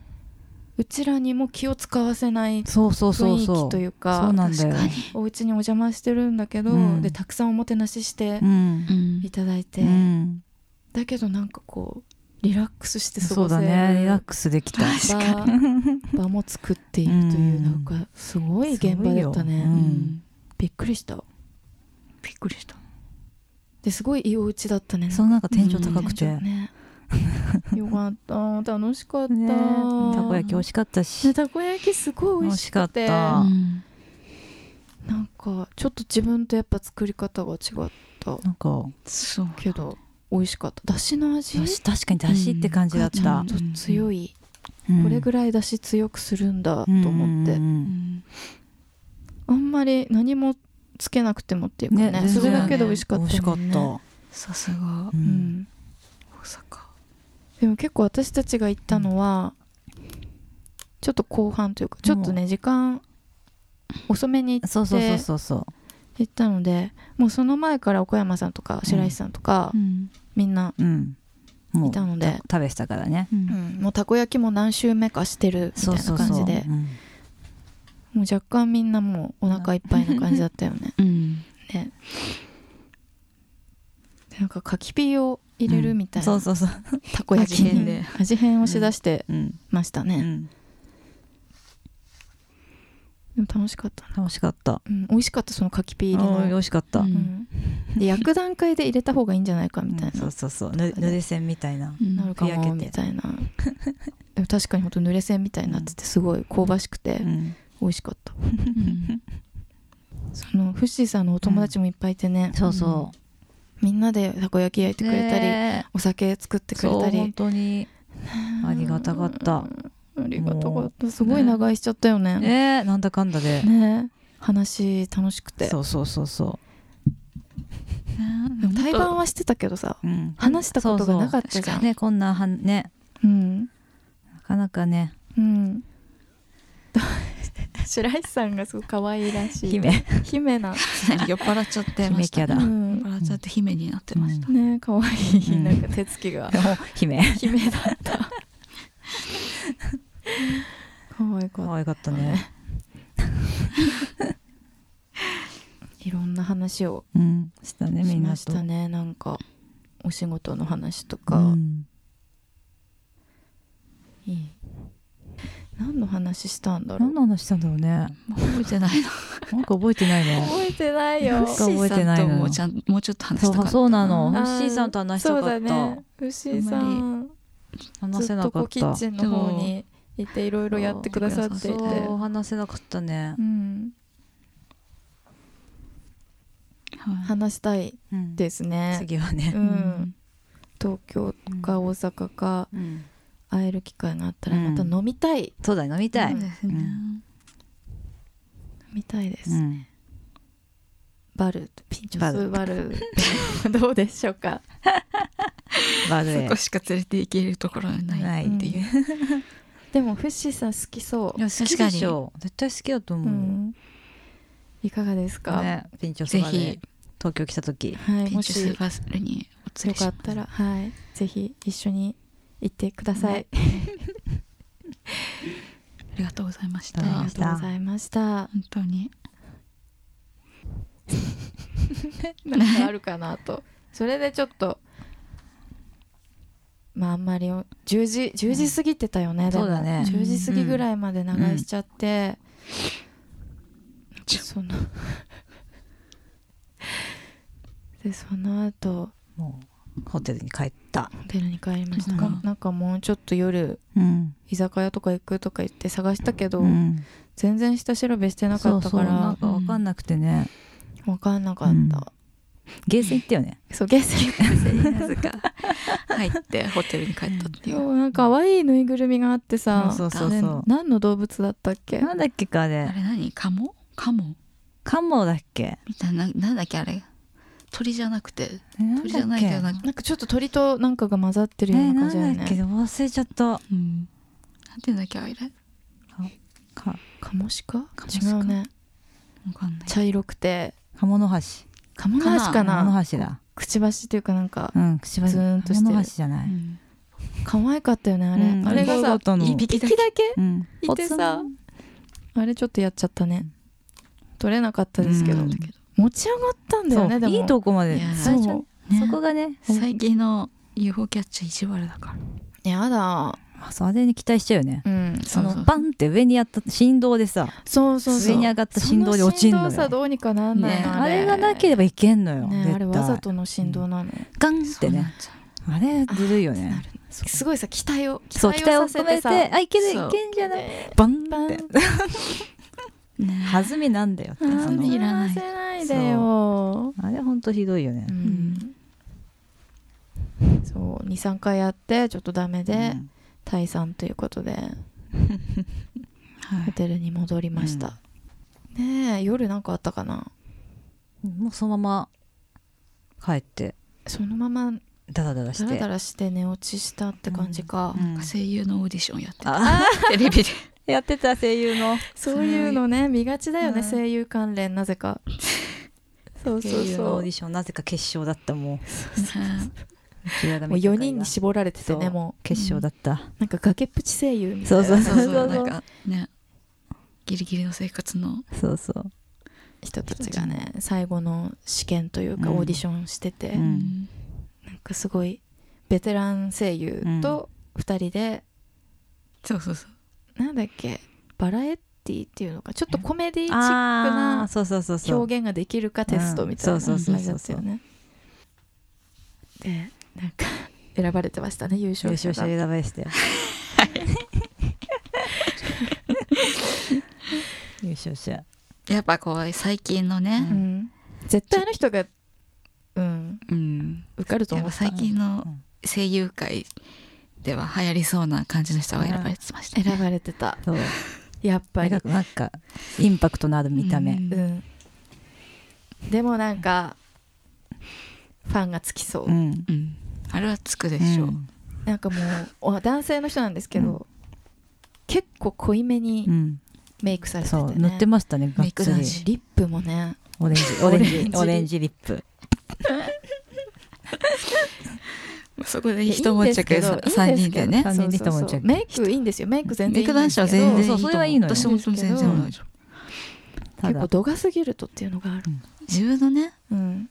[SPEAKER 1] ちらにも気を使わせない
[SPEAKER 3] そうそうそう
[SPEAKER 1] 雰囲
[SPEAKER 3] そう
[SPEAKER 1] 気というか
[SPEAKER 3] そうなんだよ
[SPEAKER 2] 確か
[SPEAKER 1] お家にお邪魔してるんだけど、
[SPEAKER 3] うん
[SPEAKER 1] でたくさんおもてなしして
[SPEAKER 3] うん
[SPEAKER 2] うん
[SPEAKER 1] いただいて、
[SPEAKER 3] うん
[SPEAKER 1] だけどなんかこうリラックスして過
[SPEAKER 3] そ
[SPEAKER 1] ご
[SPEAKER 3] う
[SPEAKER 1] せ
[SPEAKER 3] だ
[SPEAKER 1] る
[SPEAKER 3] ねリラックスできた
[SPEAKER 1] 場場も作っているといううんなんかすごい現場だったね、
[SPEAKER 3] すごいよ
[SPEAKER 2] うん
[SPEAKER 1] びっくりした
[SPEAKER 2] びっくりした
[SPEAKER 1] ですごいいいお家だったね
[SPEAKER 3] そうなんか天井高くて
[SPEAKER 1] なんかね
[SPEAKER 3] [LAUGHS]
[SPEAKER 1] よかった楽しかった、
[SPEAKER 3] ねたこ焼き美味
[SPEAKER 1] し
[SPEAKER 3] しかった
[SPEAKER 1] ね
[SPEAKER 3] し、
[SPEAKER 1] たこ焼きすごい美味しくて
[SPEAKER 3] 美味しかっ
[SPEAKER 2] うん
[SPEAKER 1] なんかちょっと自分とやっぱ作り方が違った
[SPEAKER 3] なんか
[SPEAKER 2] そう
[SPEAKER 1] けど美味しかっただしの味
[SPEAKER 3] だし確かにだしって感じだっ
[SPEAKER 1] ちゃ
[SPEAKER 3] た
[SPEAKER 1] ん、と強い、
[SPEAKER 3] うん
[SPEAKER 1] これぐらいだし強くするんだと思って、
[SPEAKER 3] うん
[SPEAKER 2] う
[SPEAKER 3] う
[SPEAKER 2] んん
[SPEAKER 1] あんまり何もつけなくてもっていうかね
[SPEAKER 3] ね全
[SPEAKER 1] そ
[SPEAKER 3] 然
[SPEAKER 1] れだけで美味しか
[SPEAKER 3] うん
[SPEAKER 1] っ
[SPEAKER 3] 美
[SPEAKER 1] た
[SPEAKER 3] 味しかっ
[SPEAKER 1] もんね
[SPEAKER 3] た、
[SPEAKER 2] さすが
[SPEAKER 3] う
[SPEAKER 1] うんん、
[SPEAKER 2] 大阪
[SPEAKER 1] でも結構私たちが行ったのは、ちょっと後半というかちょっとね時間遅めに行
[SPEAKER 3] そうそうそうそうそう
[SPEAKER 1] ったのでもうその前から岡山さんとか白石さんとか、
[SPEAKER 2] うん
[SPEAKER 1] みんな、
[SPEAKER 3] うんも
[SPEAKER 1] いうたので
[SPEAKER 3] 食べてたからね
[SPEAKER 2] う
[SPEAKER 1] うんん、もうたこ焼きも何周目かしてるみた
[SPEAKER 3] そ
[SPEAKER 1] いうな
[SPEAKER 3] そう
[SPEAKER 1] 感じで
[SPEAKER 3] そううん
[SPEAKER 1] もう若干みんなもうお腹いっぱいな感じだったよね
[SPEAKER 2] うん
[SPEAKER 1] ねで [LAUGHS] なんか柿ピーを入れるみたいな、
[SPEAKER 3] そうそうそう
[SPEAKER 1] たこ焼きに
[SPEAKER 2] 味変で
[SPEAKER 1] 味変をしだして
[SPEAKER 3] うん、
[SPEAKER 1] ました
[SPEAKER 3] う
[SPEAKER 1] ね、
[SPEAKER 3] ん、
[SPEAKER 1] でも楽しかったな、
[SPEAKER 3] 楽しかった
[SPEAKER 1] うん、美味しかったその柿ピー入
[SPEAKER 3] うん
[SPEAKER 1] り
[SPEAKER 3] 美
[SPEAKER 1] の、
[SPEAKER 3] 味しかった、
[SPEAKER 2] う
[SPEAKER 1] う
[SPEAKER 2] ん
[SPEAKER 1] んで焼く段階で入れた方がいいんじゃないかみたいな、
[SPEAKER 3] そうそうそうぬぬれ線みたいな
[SPEAKER 2] うん
[SPEAKER 1] なるか
[SPEAKER 3] ふや
[SPEAKER 1] も
[SPEAKER 3] けて
[SPEAKER 1] みたいなでも確かにほんと濡れ線みたいになっててすごい香ばしくて
[SPEAKER 3] うん
[SPEAKER 1] 美味しかった、
[SPEAKER 2] うん
[SPEAKER 1] そのフッシーさんのお友達もいっぱいいてね、
[SPEAKER 3] そうそ
[SPEAKER 1] みんなでたこ焼き焼いうてくれたり、
[SPEAKER 3] ね
[SPEAKER 1] お酒作ってくれ
[SPEAKER 3] そう
[SPEAKER 1] た
[SPEAKER 3] 本
[SPEAKER 1] り
[SPEAKER 3] 当にありがたかった
[SPEAKER 1] ありがたかったすごい長居しちゃったよね
[SPEAKER 3] ねなんだかんだで
[SPEAKER 1] ね話楽しくて
[SPEAKER 3] そうそうそうそ
[SPEAKER 1] でも対バンはしてたけどさ
[SPEAKER 3] う、うん、
[SPEAKER 1] 話したことがなかったじゃん
[SPEAKER 3] ねこんなはんね
[SPEAKER 1] うん
[SPEAKER 3] なかなかね
[SPEAKER 1] うん白石さんがすごい可愛いらしい
[SPEAKER 3] 姫
[SPEAKER 1] 姫な、
[SPEAKER 2] [LAUGHS] 酔っ払っちゃってました
[SPEAKER 3] 姫キャラ
[SPEAKER 1] う
[SPEAKER 3] う
[SPEAKER 2] 酔
[SPEAKER 3] ん
[SPEAKER 2] っ、払っちゃって姫になってました、
[SPEAKER 1] ね可愛い、
[SPEAKER 3] うん
[SPEAKER 1] なんか手つきが
[SPEAKER 3] お姫
[SPEAKER 1] 姫だった可愛か
[SPEAKER 3] 可
[SPEAKER 1] っ
[SPEAKER 3] 愛かったね、
[SPEAKER 1] たいろんな話を
[SPEAKER 3] うん、したねみ
[SPEAKER 1] し
[SPEAKER 3] んな
[SPEAKER 1] ま
[SPEAKER 3] と
[SPEAKER 1] したねなんかお仕事の話と
[SPEAKER 3] う
[SPEAKER 1] か、
[SPEAKER 3] ん
[SPEAKER 1] いい何の話したんだろう
[SPEAKER 3] 何の話したんだろうね
[SPEAKER 2] もう覚えてないな
[SPEAKER 3] なんか覚えてないね
[SPEAKER 1] 覚えてない
[SPEAKER 2] ヨ
[SPEAKER 1] よ
[SPEAKER 2] ッシ
[SPEAKER 3] 覚え
[SPEAKER 2] ー
[SPEAKER 3] て
[SPEAKER 2] さ
[SPEAKER 3] なんい
[SPEAKER 2] と
[SPEAKER 3] のよ
[SPEAKER 2] もうちゃんもうちょっと話
[SPEAKER 3] そ
[SPEAKER 2] したか
[SPEAKER 3] う
[SPEAKER 2] った
[SPEAKER 3] そうなの
[SPEAKER 1] あ
[SPEAKER 3] ふっ
[SPEAKER 1] ー
[SPEAKER 3] しーさんと話したかった、
[SPEAKER 1] そうだねふっしーさ
[SPEAKER 2] あん
[SPEAKER 1] ん
[SPEAKER 3] 話
[SPEAKER 1] ず
[SPEAKER 3] せ
[SPEAKER 1] っ
[SPEAKER 3] な
[SPEAKER 1] と
[SPEAKER 3] か
[SPEAKER 1] こ
[SPEAKER 3] っ
[SPEAKER 1] うキッ
[SPEAKER 3] た
[SPEAKER 1] チンの方にいていろいろやってくださっていて
[SPEAKER 3] そう話せなかったね
[SPEAKER 1] う、ん
[SPEAKER 2] はい
[SPEAKER 1] 話したい
[SPEAKER 3] うん
[SPEAKER 1] ですね
[SPEAKER 3] 次は
[SPEAKER 1] う
[SPEAKER 3] ね、
[SPEAKER 1] ん東京か大阪か
[SPEAKER 3] うん
[SPEAKER 1] 会える機会があったらまた飲みたい
[SPEAKER 3] そうだ飲みたい、
[SPEAKER 2] そう
[SPEAKER 3] う
[SPEAKER 2] ですね、
[SPEAKER 1] 飲みたいです
[SPEAKER 3] ん
[SPEAKER 1] バルピンチョ
[SPEAKER 3] バ
[SPEAKER 1] ス
[SPEAKER 3] ル
[SPEAKER 1] バルどうでしょう
[SPEAKER 3] [LAUGHS]
[SPEAKER 1] か
[SPEAKER 3] バルへ
[SPEAKER 2] そこしか連れて行けるところがないっていう、
[SPEAKER 1] でもフッシーさん好きそう
[SPEAKER 2] いや
[SPEAKER 3] 好
[SPEAKER 2] 確
[SPEAKER 3] き
[SPEAKER 2] か
[SPEAKER 3] で
[SPEAKER 2] に
[SPEAKER 3] しょ絶対好きだと思
[SPEAKER 1] う
[SPEAKER 3] う、
[SPEAKER 1] んいかがですか
[SPEAKER 3] ねピンチョス
[SPEAKER 2] ぜ
[SPEAKER 3] バルへ
[SPEAKER 2] ひ
[SPEAKER 3] 東京来た時
[SPEAKER 1] はい
[SPEAKER 2] ピ
[SPEAKER 1] も
[SPEAKER 2] ンチ
[SPEAKER 1] し
[SPEAKER 2] ュス
[SPEAKER 1] よ
[SPEAKER 2] バルにお連れし
[SPEAKER 1] か
[SPEAKER 2] ま
[SPEAKER 1] っ
[SPEAKER 2] す
[SPEAKER 1] たらはいぜひ一緒に行ってください
[SPEAKER 2] ありがとうございました
[SPEAKER 3] ありがとう
[SPEAKER 1] あ
[SPEAKER 3] ございま
[SPEAKER 1] り
[SPEAKER 3] し
[SPEAKER 1] がとうございました。
[SPEAKER 2] 本当に
[SPEAKER 1] なんかあるかなと。それでちょっと、まああんまりお10時、10時過ぎてたよね、でも
[SPEAKER 3] そうだね
[SPEAKER 1] 10時過ぎぐらいまで長居しちゃって、 [LAUGHS] その、 [LAUGHS] で、その後、
[SPEAKER 3] もうホテルに帰った
[SPEAKER 1] ホテルに帰りました。
[SPEAKER 2] うん
[SPEAKER 1] なんかもうちょっと夜、
[SPEAKER 3] うん
[SPEAKER 1] 居酒屋とか行くとか言って探したけど、
[SPEAKER 3] うん
[SPEAKER 1] 全然下調べしてなかったか
[SPEAKER 3] そうそうなん
[SPEAKER 1] ら、
[SPEAKER 3] かわかんなくてね、
[SPEAKER 1] わかんなかった。
[SPEAKER 3] ゲーセン行ったよね
[SPEAKER 1] そう、ゲス
[SPEAKER 2] なぜか入ってホテルに帰ったっていう
[SPEAKER 1] そうなんか可愛いぬいぐるみがあってさ、
[SPEAKER 3] そうそうそうそう
[SPEAKER 1] 何の動物だったっけ
[SPEAKER 3] なんだっけかあ
[SPEAKER 2] あ
[SPEAKER 3] れ
[SPEAKER 2] れ何カモカモ
[SPEAKER 3] カモだっけ
[SPEAKER 2] みたいななんだっけあれ鳥じゃなくて
[SPEAKER 3] なんだっ
[SPEAKER 2] 鳥じゃないけどなんか、
[SPEAKER 1] なんかちょっと鳥となんかが混ざってるよう
[SPEAKER 3] ね
[SPEAKER 1] な
[SPEAKER 3] な
[SPEAKER 1] 感じ
[SPEAKER 3] ん
[SPEAKER 1] だよ
[SPEAKER 3] だっけ
[SPEAKER 1] ね。
[SPEAKER 3] 忘れちゃった
[SPEAKER 2] うん、なんていうんだっけあれ
[SPEAKER 3] か
[SPEAKER 1] カモシカ
[SPEAKER 2] カモシ
[SPEAKER 1] 違
[SPEAKER 2] カ
[SPEAKER 1] うね。
[SPEAKER 2] わかんない
[SPEAKER 1] 茶色くて、
[SPEAKER 3] カモノハシ
[SPEAKER 1] カモノハシか
[SPEAKER 3] カモノ
[SPEAKER 1] な
[SPEAKER 3] ハシだ
[SPEAKER 1] くちばしっていうかなんか、
[SPEAKER 3] うんくちばし
[SPEAKER 1] ズーンとしてる
[SPEAKER 3] カモノハシじゃな
[SPEAKER 2] う
[SPEAKER 3] い
[SPEAKER 2] ん
[SPEAKER 1] 可愛かったよね、あ
[SPEAKER 3] う
[SPEAKER 1] れ。
[SPEAKER 3] ん
[SPEAKER 1] あれが
[SPEAKER 3] 可愛か
[SPEAKER 1] さ
[SPEAKER 3] っ、たの
[SPEAKER 1] 一匹だけ
[SPEAKER 3] うん
[SPEAKER 1] いてさ、あれちょっとやっちゃったね。取れなかった
[SPEAKER 3] ポツ
[SPEAKER 1] です
[SPEAKER 3] ン
[SPEAKER 1] けど
[SPEAKER 3] う。ん
[SPEAKER 1] 持ち上がったんだよね、で
[SPEAKER 3] そう
[SPEAKER 1] も。
[SPEAKER 3] いいとこま
[SPEAKER 2] い
[SPEAKER 3] で
[SPEAKER 2] や
[SPEAKER 1] そ
[SPEAKER 2] 最初
[SPEAKER 1] う。
[SPEAKER 2] ね
[SPEAKER 3] そこがね
[SPEAKER 2] 最近の UFO キャッチャー意地悪だから
[SPEAKER 1] やだ。
[SPEAKER 3] あそうあれに期待しちゃうよね
[SPEAKER 1] うん。
[SPEAKER 2] そ
[SPEAKER 3] そう
[SPEAKER 2] そう
[SPEAKER 3] のバンって上にやった振動でさ
[SPEAKER 1] そうそうそう。
[SPEAKER 3] 上に上がった振動で落ちんのよ
[SPEAKER 1] その振動さ、どうにかなんない
[SPEAKER 2] ね
[SPEAKER 1] の
[SPEAKER 3] あれがなければいけんのよ
[SPEAKER 1] ね、あれ
[SPEAKER 3] 絶
[SPEAKER 1] わざ
[SPEAKER 3] 対
[SPEAKER 1] との振動なのよ、
[SPEAKER 3] ガンってねあれずるいよね
[SPEAKER 1] すごいさ期待を
[SPEAKER 3] そう期待を込めてあいけるい
[SPEAKER 2] そう
[SPEAKER 3] けんじゃな
[SPEAKER 1] い
[SPEAKER 3] いバン
[SPEAKER 1] バ
[SPEAKER 3] っ
[SPEAKER 1] ン
[SPEAKER 3] て
[SPEAKER 2] ね
[SPEAKER 3] 弾みなんだよってあ
[SPEAKER 2] 弾み
[SPEAKER 3] の
[SPEAKER 2] いらない
[SPEAKER 1] せないでよ
[SPEAKER 3] あれほんとひどいよね
[SPEAKER 1] う、んそう23回やってちょっとダメで、
[SPEAKER 3] うん
[SPEAKER 1] 退散ということで
[SPEAKER 2] は
[SPEAKER 1] ホ
[SPEAKER 2] い
[SPEAKER 1] テルに戻りました、ねえ夜なんかあったかな
[SPEAKER 3] もうそのまま帰って
[SPEAKER 1] そのまま
[SPEAKER 3] ダラダラし
[SPEAKER 1] ダ
[SPEAKER 3] て
[SPEAKER 1] ラダラして寝落ちしたって感じか、
[SPEAKER 3] うんうん
[SPEAKER 2] 声優のオーディションやってた
[SPEAKER 3] あ
[SPEAKER 2] テレビで
[SPEAKER 3] やってた声優の
[SPEAKER 1] そういうのね見がちだよね、
[SPEAKER 3] うん
[SPEAKER 1] 声優関連なぜか [LAUGHS] そう
[SPEAKER 3] 声
[SPEAKER 1] そう
[SPEAKER 3] 優の
[SPEAKER 1] そ
[SPEAKER 3] オー
[SPEAKER 1] う
[SPEAKER 3] ディションなぜか決勝だったも
[SPEAKER 2] ね
[SPEAKER 3] う
[SPEAKER 1] もう4人に絞られててね
[SPEAKER 3] そう
[SPEAKER 1] もう
[SPEAKER 3] 決勝だった、
[SPEAKER 1] なんか崖っぷち声優みたいな
[SPEAKER 3] そうそうそ
[SPEAKER 2] そうう
[SPEAKER 3] そ
[SPEAKER 2] そううなんか [LAUGHS] ねギリギリの生活の
[SPEAKER 3] そうそう
[SPEAKER 1] 人たちがね最後の試験というか
[SPEAKER 3] うん
[SPEAKER 1] オーディションしてて、
[SPEAKER 3] う
[SPEAKER 2] うんん
[SPEAKER 1] なんかすごいベテラン声優と2人で、
[SPEAKER 2] そうそうそう
[SPEAKER 1] なんだっけバラエティっていうのかちょっとコメディチック
[SPEAKER 3] ああ
[SPEAKER 1] な
[SPEAKER 3] そうそうそうそう
[SPEAKER 1] 表現ができるかテストみたいな
[SPEAKER 3] そう
[SPEAKER 1] 感
[SPEAKER 3] そうそう
[SPEAKER 1] じ
[SPEAKER 3] そ
[SPEAKER 1] だ
[SPEAKER 3] う
[SPEAKER 1] ったよね。でなんか選ばれてましたね優
[SPEAKER 3] 優
[SPEAKER 1] 勝者
[SPEAKER 3] 勝者
[SPEAKER 1] が。
[SPEAKER 3] 選ばれしたよ [LAUGHS] 優勝者
[SPEAKER 2] やっぱこう最近のね
[SPEAKER 1] う、ん、絶対あの人が、うん、
[SPEAKER 2] うん、
[SPEAKER 1] 受かると
[SPEAKER 2] やっ
[SPEAKER 1] 思
[SPEAKER 2] ぱ
[SPEAKER 1] った
[SPEAKER 2] 最近の声優界では流行りそうな感じの人が選ばれてましたね、
[SPEAKER 1] 選ばれてた
[SPEAKER 3] そう
[SPEAKER 1] やっぱり
[SPEAKER 3] なんかなんかインパクトのある見た目、
[SPEAKER 2] うん
[SPEAKER 1] うん、でもなんかファンがつきそう、
[SPEAKER 3] うん
[SPEAKER 2] うん、あれはつくでしょう、
[SPEAKER 3] うん
[SPEAKER 1] なんかもうお男性の人なんですけど、
[SPEAKER 3] う
[SPEAKER 1] 結構濃いめ
[SPEAKER 3] う
[SPEAKER 1] に
[SPEAKER 3] ん
[SPEAKER 1] メイクされてて
[SPEAKER 3] そ
[SPEAKER 1] ね
[SPEAKER 3] う塗ってましたねがっ
[SPEAKER 2] メイク
[SPEAKER 3] つ
[SPEAKER 2] 男
[SPEAKER 3] り
[SPEAKER 2] 子
[SPEAKER 1] リップもね
[SPEAKER 3] オレンジオ
[SPEAKER 1] オレ
[SPEAKER 3] レン
[SPEAKER 1] ン
[SPEAKER 3] ジ
[SPEAKER 1] ジ
[SPEAKER 3] オレンジリップ
[SPEAKER 2] そこで
[SPEAKER 1] いや
[SPEAKER 2] 一悶
[SPEAKER 1] い
[SPEAKER 2] 着
[SPEAKER 1] いんですけど
[SPEAKER 2] 3人でね
[SPEAKER 3] 三人で一悶
[SPEAKER 1] そうそうそう
[SPEAKER 3] 着
[SPEAKER 1] メイクいいんですよメイク全然
[SPEAKER 2] メ
[SPEAKER 1] い
[SPEAKER 2] イ
[SPEAKER 1] いん
[SPEAKER 2] ク
[SPEAKER 1] で
[SPEAKER 2] 男
[SPEAKER 1] す
[SPEAKER 2] 子
[SPEAKER 1] けど
[SPEAKER 2] は全然いいと
[SPEAKER 3] そう
[SPEAKER 2] 思
[SPEAKER 3] それはいいのよ
[SPEAKER 2] 私も全然大丈夫
[SPEAKER 3] た
[SPEAKER 1] 結構
[SPEAKER 3] だ
[SPEAKER 1] 度が過ぎるとっていうのがある、
[SPEAKER 2] 自分のね
[SPEAKER 1] うん、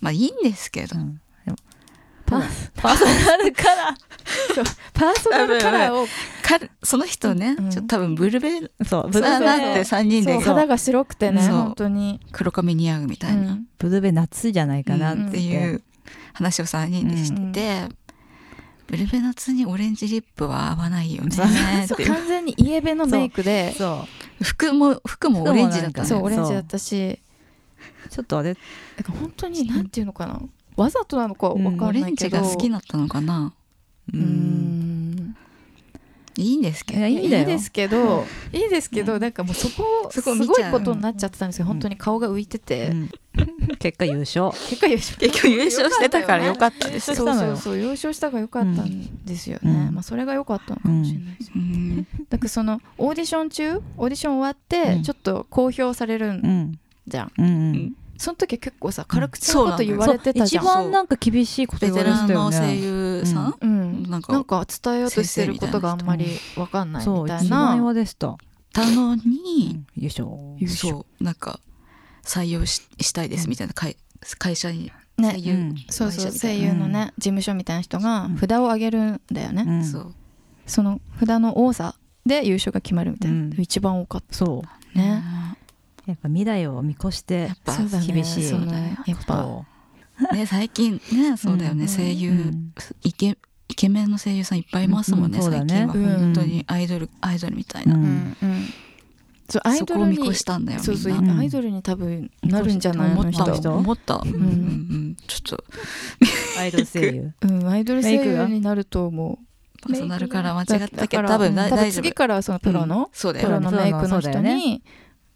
[SPEAKER 2] まあいいんですけど、
[SPEAKER 3] うん
[SPEAKER 1] パパーソナルカラー [LAUGHS] そうパーソナルカラーを
[SPEAKER 2] かその人ね、
[SPEAKER 1] うん
[SPEAKER 2] ちょっと多分ブルベ
[SPEAKER 3] そうブ
[SPEAKER 2] さだ
[SPEAKER 3] ル
[SPEAKER 1] そう
[SPEAKER 2] なって3人
[SPEAKER 1] そ
[SPEAKER 2] で
[SPEAKER 1] う肌が白くてね
[SPEAKER 2] そう
[SPEAKER 1] 本当に、
[SPEAKER 2] 黒髪似合うみた
[SPEAKER 1] う
[SPEAKER 2] いな、
[SPEAKER 1] ん、
[SPEAKER 3] ブルベ夏じゃないかなっ
[SPEAKER 1] ん
[SPEAKER 2] って
[SPEAKER 3] て
[SPEAKER 2] い
[SPEAKER 3] いう
[SPEAKER 2] う話を3人でしてて、ブルベナツにオレンジリップは合わないよね
[SPEAKER 1] [LAUGHS] そ
[SPEAKER 2] って
[SPEAKER 1] う
[SPEAKER 2] いう
[SPEAKER 1] 完全にイエベのメイクで
[SPEAKER 3] そ
[SPEAKER 2] 服も服もオレンジだった
[SPEAKER 1] そう
[SPEAKER 2] ね
[SPEAKER 1] オレンジだったし
[SPEAKER 3] うちょっとあれ
[SPEAKER 1] なんか本当になんていうのかなわざとなのかわかん
[SPEAKER 2] オレ
[SPEAKER 1] な
[SPEAKER 2] ン
[SPEAKER 1] いけ
[SPEAKER 2] ジ
[SPEAKER 1] ど、
[SPEAKER 2] が好きだったのかな
[SPEAKER 3] う
[SPEAKER 1] うー
[SPEAKER 3] ん
[SPEAKER 1] ん
[SPEAKER 2] いいんですけ
[SPEAKER 3] い
[SPEAKER 2] ど
[SPEAKER 3] やいいんだ
[SPEAKER 1] い
[SPEAKER 3] よ
[SPEAKER 1] いですけどいいですけどなんかもうそこ
[SPEAKER 2] そ
[SPEAKER 1] す
[SPEAKER 2] こ
[SPEAKER 1] ご
[SPEAKER 2] 見ちゃう
[SPEAKER 1] いことになっちゃってたんですよ本当に顔が浮いてて、
[SPEAKER 3] うん [LAUGHS] 結果優勝
[SPEAKER 1] 結果優勝
[SPEAKER 2] 結局優勝してたからよかったです
[SPEAKER 1] そ
[SPEAKER 3] 優勝
[SPEAKER 1] う
[SPEAKER 3] したの
[SPEAKER 1] そ
[SPEAKER 3] よ
[SPEAKER 1] うそう優勝したが良かったんですよね、
[SPEAKER 3] うん
[SPEAKER 1] まあそれが良かったのかもしれないです、
[SPEAKER 2] うん
[SPEAKER 1] だからそのオーディション中オーディション終わって
[SPEAKER 3] うん
[SPEAKER 1] ちょっと公表される
[SPEAKER 3] うんん
[SPEAKER 1] じゃん、
[SPEAKER 3] うんうん
[SPEAKER 2] ん
[SPEAKER 1] その時結構さ軽口のこと言われてたじゃん
[SPEAKER 3] そう一番なんか厳しいこと
[SPEAKER 2] ベ
[SPEAKER 3] 言わ
[SPEAKER 2] テ
[SPEAKER 3] れて
[SPEAKER 2] ラン
[SPEAKER 3] た
[SPEAKER 2] の
[SPEAKER 3] よ
[SPEAKER 2] 声
[SPEAKER 3] ね
[SPEAKER 2] 優さん、
[SPEAKER 1] うん、
[SPEAKER 2] な
[SPEAKER 1] なんん
[SPEAKER 2] か
[SPEAKER 1] か伝えようとしてることがあんまりわかんない
[SPEAKER 3] そう
[SPEAKER 1] みたい
[SPEAKER 3] 一番
[SPEAKER 1] な
[SPEAKER 3] 弱でした
[SPEAKER 2] たの
[SPEAKER 3] う
[SPEAKER 2] に、
[SPEAKER 3] ん優勝
[SPEAKER 2] そうなんか採用ししたいですみたいな会会社に
[SPEAKER 1] ね
[SPEAKER 2] 声優、
[SPEAKER 3] うん
[SPEAKER 1] そうそう
[SPEAKER 2] 会社
[SPEAKER 1] 声
[SPEAKER 2] みたいな
[SPEAKER 1] 優のね、事務所みたいな人が札を上げるんだよね、
[SPEAKER 3] うん
[SPEAKER 2] そう
[SPEAKER 1] その札の多さで優勝が決まるみたいな、
[SPEAKER 3] うん
[SPEAKER 1] 一番多かっ
[SPEAKER 3] そう
[SPEAKER 1] たね、
[SPEAKER 3] やっぱ未来を見越して
[SPEAKER 2] やっぱ
[SPEAKER 1] そうだね
[SPEAKER 3] 厳しい
[SPEAKER 1] そのやっぱ
[SPEAKER 3] そ
[SPEAKER 2] ね最近ねそうだよね、
[SPEAKER 1] うん
[SPEAKER 2] 声優、
[SPEAKER 3] ううん
[SPEAKER 2] イケイケメンの声優さんいっぱいいますもんね、
[SPEAKER 3] うんうんそう
[SPEAKER 2] 最
[SPEAKER 3] だね
[SPEAKER 2] 近は、
[SPEAKER 1] うん
[SPEAKER 2] 本当にアイドルアイドルみたいうな、
[SPEAKER 1] うん
[SPEAKER 3] ん
[SPEAKER 1] うんそうアイ
[SPEAKER 2] そ
[SPEAKER 1] ド
[SPEAKER 2] こを
[SPEAKER 1] ル
[SPEAKER 2] 見
[SPEAKER 1] に
[SPEAKER 2] 越したんだよ
[SPEAKER 1] そうそう、
[SPEAKER 2] みん
[SPEAKER 3] ね
[SPEAKER 2] な
[SPEAKER 3] うん
[SPEAKER 1] アイドルに多分なるんじゃない
[SPEAKER 2] 思
[SPEAKER 1] あ
[SPEAKER 2] っ
[SPEAKER 1] の人
[SPEAKER 2] た
[SPEAKER 3] 人
[SPEAKER 2] 思った、うん
[SPEAKER 1] ん
[SPEAKER 2] うんうん、ちょっと
[SPEAKER 3] アイドル声優
[SPEAKER 1] うん、アイドル声
[SPEAKER 3] メイク
[SPEAKER 1] 優
[SPEAKER 3] が
[SPEAKER 1] になると思
[SPEAKER 2] パーソナルから間
[SPEAKER 1] う
[SPEAKER 2] 違った
[SPEAKER 1] だ
[SPEAKER 2] け
[SPEAKER 1] から
[SPEAKER 2] ど多分
[SPEAKER 1] うん
[SPEAKER 2] だ大丈夫
[SPEAKER 1] 次からはそのプロ
[SPEAKER 2] うん
[SPEAKER 1] の、
[SPEAKER 2] そうだ
[SPEAKER 1] プ
[SPEAKER 2] よ
[SPEAKER 1] ロのメイクの
[SPEAKER 3] そう
[SPEAKER 1] 人
[SPEAKER 3] だよ
[SPEAKER 1] に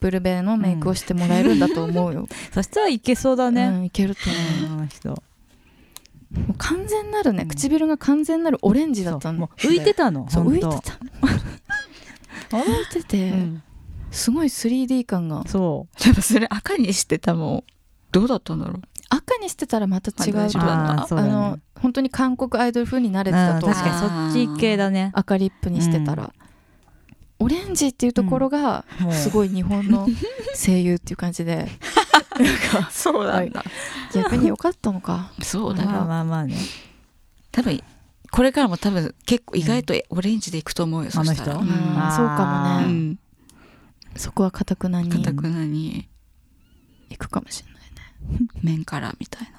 [SPEAKER 1] ブルベのメイクをしてもらえるんだと思うよ、
[SPEAKER 3] そしたらいけそうだ
[SPEAKER 1] う
[SPEAKER 3] ね
[SPEAKER 1] ん、いけると思
[SPEAKER 3] あの人
[SPEAKER 1] うもう完全なるね、
[SPEAKER 3] うん
[SPEAKER 1] 唇が完全なるオレンジだった
[SPEAKER 3] そう
[SPEAKER 1] の
[SPEAKER 3] もう浮いてたの
[SPEAKER 1] そう浮い
[SPEAKER 3] 本
[SPEAKER 1] て
[SPEAKER 3] 当
[SPEAKER 1] た浮いてて、
[SPEAKER 3] うん
[SPEAKER 1] すごい 3D 感が
[SPEAKER 3] そう
[SPEAKER 2] でもそれ赤にしてたもんどうだったんだろう
[SPEAKER 1] 赤にしてたらまた違う
[SPEAKER 2] あ
[SPEAKER 1] あ
[SPEAKER 2] 大丈夫だった
[SPEAKER 3] あーそうだね
[SPEAKER 1] の本当に韓国アイドル風に慣れてた
[SPEAKER 3] あー
[SPEAKER 1] と思う
[SPEAKER 3] 確かにそっち系だね
[SPEAKER 1] 赤リップにしてたら、オレンジっていうところが
[SPEAKER 3] もう
[SPEAKER 1] すごい日本の声優っていう感じで
[SPEAKER 2] [LAUGHS]
[SPEAKER 3] [LAUGHS]
[SPEAKER 2] そう
[SPEAKER 1] なん
[SPEAKER 2] だ、
[SPEAKER 1] 逆に良かったのか
[SPEAKER 2] そうだよ、
[SPEAKER 3] まあまあまあね
[SPEAKER 2] 多分これからも多分結構意外とオレンジでいくと思うよ、
[SPEAKER 3] あ
[SPEAKER 2] そ
[SPEAKER 3] の
[SPEAKER 2] した
[SPEAKER 3] 人
[SPEAKER 2] ら、
[SPEAKER 1] ん
[SPEAKER 2] う
[SPEAKER 1] あーそうかも
[SPEAKER 2] う
[SPEAKER 1] ね
[SPEAKER 2] ん、
[SPEAKER 1] そこはかたくなに
[SPEAKER 2] かたくなに
[SPEAKER 1] 行くかもしれない
[SPEAKER 2] 面からみたい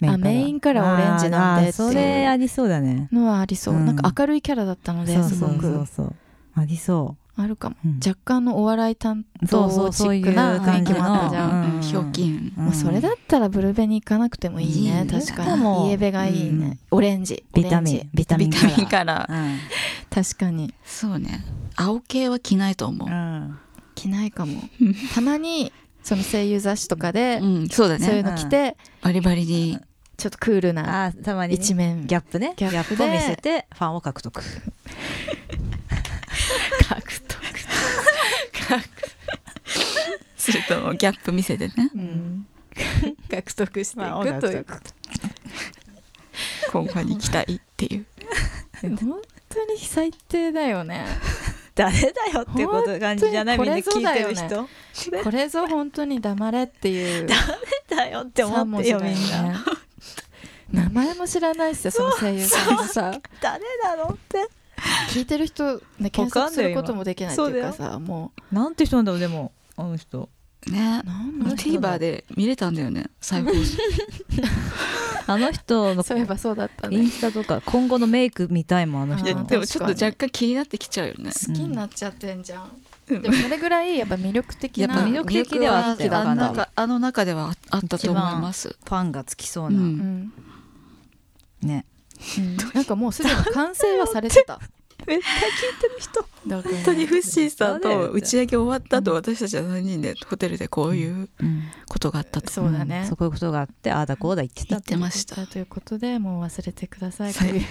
[SPEAKER 2] な
[SPEAKER 1] あメインカラーオレンジなんでってい
[SPEAKER 3] あー
[SPEAKER 1] う
[SPEAKER 3] それありそうだね
[SPEAKER 1] のはありそう、
[SPEAKER 3] うん
[SPEAKER 1] なんか明るいキャラだったので
[SPEAKER 3] そう
[SPEAKER 1] す
[SPEAKER 3] そ
[SPEAKER 1] ご
[SPEAKER 3] うそ
[SPEAKER 1] く
[SPEAKER 3] うそうありそ
[SPEAKER 1] あるかも、
[SPEAKER 3] ううん
[SPEAKER 1] 若干のお笑い担当チックな雰囲気もあったじゃん
[SPEAKER 3] うん
[SPEAKER 2] ひょうきん
[SPEAKER 3] うん
[SPEAKER 1] まあ、それだったらブルベに行かなくてもいいね、
[SPEAKER 2] いいね
[SPEAKER 1] 確か
[SPEAKER 3] でも
[SPEAKER 1] にイエベがいいね、オレンジ
[SPEAKER 3] ビタミ
[SPEAKER 1] オレ
[SPEAKER 3] ンビタミ
[SPEAKER 2] ビ
[SPEAKER 3] ン
[SPEAKER 2] タミン
[SPEAKER 3] カ
[SPEAKER 2] カラー
[SPEAKER 3] ラー
[SPEAKER 1] 確かに
[SPEAKER 2] そうね青系は着ないと思う
[SPEAKER 3] うん
[SPEAKER 1] 着ないか
[SPEAKER 3] [LAUGHS]
[SPEAKER 1] もたまにその声優雑誌とかで、
[SPEAKER 2] うん、そうだ
[SPEAKER 1] そうい
[SPEAKER 2] ね
[SPEAKER 1] うの着て、
[SPEAKER 2] バリバリに
[SPEAKER 1] ちょっとクールな
[SPEAKER 3] あーたまにね
[SPEAKER 1] 一面
[SPEAKER 3] ギャップね
[SPEAKER 1] ギャップで
[SPEAKER 3] を見せてファンを獲得
[SPEAKER 1] 獲得
[SPEAKER 2] するともうギャップ見せ
[SPEAKER 1] [LAUGHS]
[SPEAKER 2] てね
[SPEAKER 1] うん獲得してい
[SPEAKER 3] まあ
[SPEAKER 1] くという、
[SPEAKER 2] 今後に期待っていう
[SPEAKER 1] 本当に最低だよね
[SPEAKER 3] 誰だよっていうこと感じじゃないみ
[SPEAKER 1] 本
[SPEAKER 3] ん
[SPEAKER 1] 当に
[SPEAKER 3] な聞い
[SPEAKER 1] こ
[SPEAKER 3] てる
[SPEAKER 1] れぞだ
[SPEAKER 3] 人
[SPEAKER 1] これぞ本当に黙れっていう
[SPEAKER 3] だよって思ってよみんな
[SPEAKER 1] な名前も知らないしさその声優さんもさ
[SPEAKER 3] 誰だろうって
[SPEAKER 1] 聞いてる人、ね、検索することもできないっていうかさも
[SPEAKER 3] なんて人なんだろうでもあの人
[SPEAKER 2] ね
[SPEAKER 1] うなんだろう
[SPEAKER 2] TVer で見れたんだよね最後
[SPEAKER 3] あの人
[SPEAKER 1] [LAUGHS]
[SPEAKER 3] の
[SPEAKER 1] そういえばそうだった
[SPEAKER 3] イン
[SPEAKER 1] ね
[SPEAKER 3] スタとか今後のメイク見たいもんあの人
[SPEAKER 1] あ
[SPEAKER 3] の
[SPEAKER 1] ー
[SPEAKER 2] でもちょっと若干気になってきちゃうよね
[SPEAKER 1] 好きになっちゃってんじゃん、
[SPEAKER 2] うん
[SPEAKER 1] でもそれぐらいやっぱ魅力的
[SPEAKER 2] やっ
[SPEAKER 1] な
[SPEAKER 2] ぱ
[SPEAKER 3] 魅力的ではあったよ
[SPEAKER 2] あん中あの中ではあったと思います
[SPEAKER 3] ファンがつきそう
[SPEAKER 2] う
[SPEAKER 3] なん
[SPEAKER 1] うん
[SPEAKER 3] ね
[SPEAKER 1] うんなんかもうすでに完成はされてた
[SPEAKER 3] 絶対聞いてる人
[SPEAKER 1] 本
[SPEAKER 2] 本当にフッシーさん
[SPEAKER 3] そうだよ
[SPEAKER 2] と
[SPEAKER 3] ね
[SPEAKER 2] 打ち上げ終わった後私たちは3人でホテルでこういうことがあったと
[SPEAKER 1] そうだね、
[SPEAKER 3] んそういうことがあってああだこうだ言って
[SPEAKER 2] 言
[SPEAKER 3] た
[SPEAKER 2] ってました
[SPEAKER 1] ということでもう忘れてください
[SPEAKER 2] はい
[SPEAKER 1] こういうはい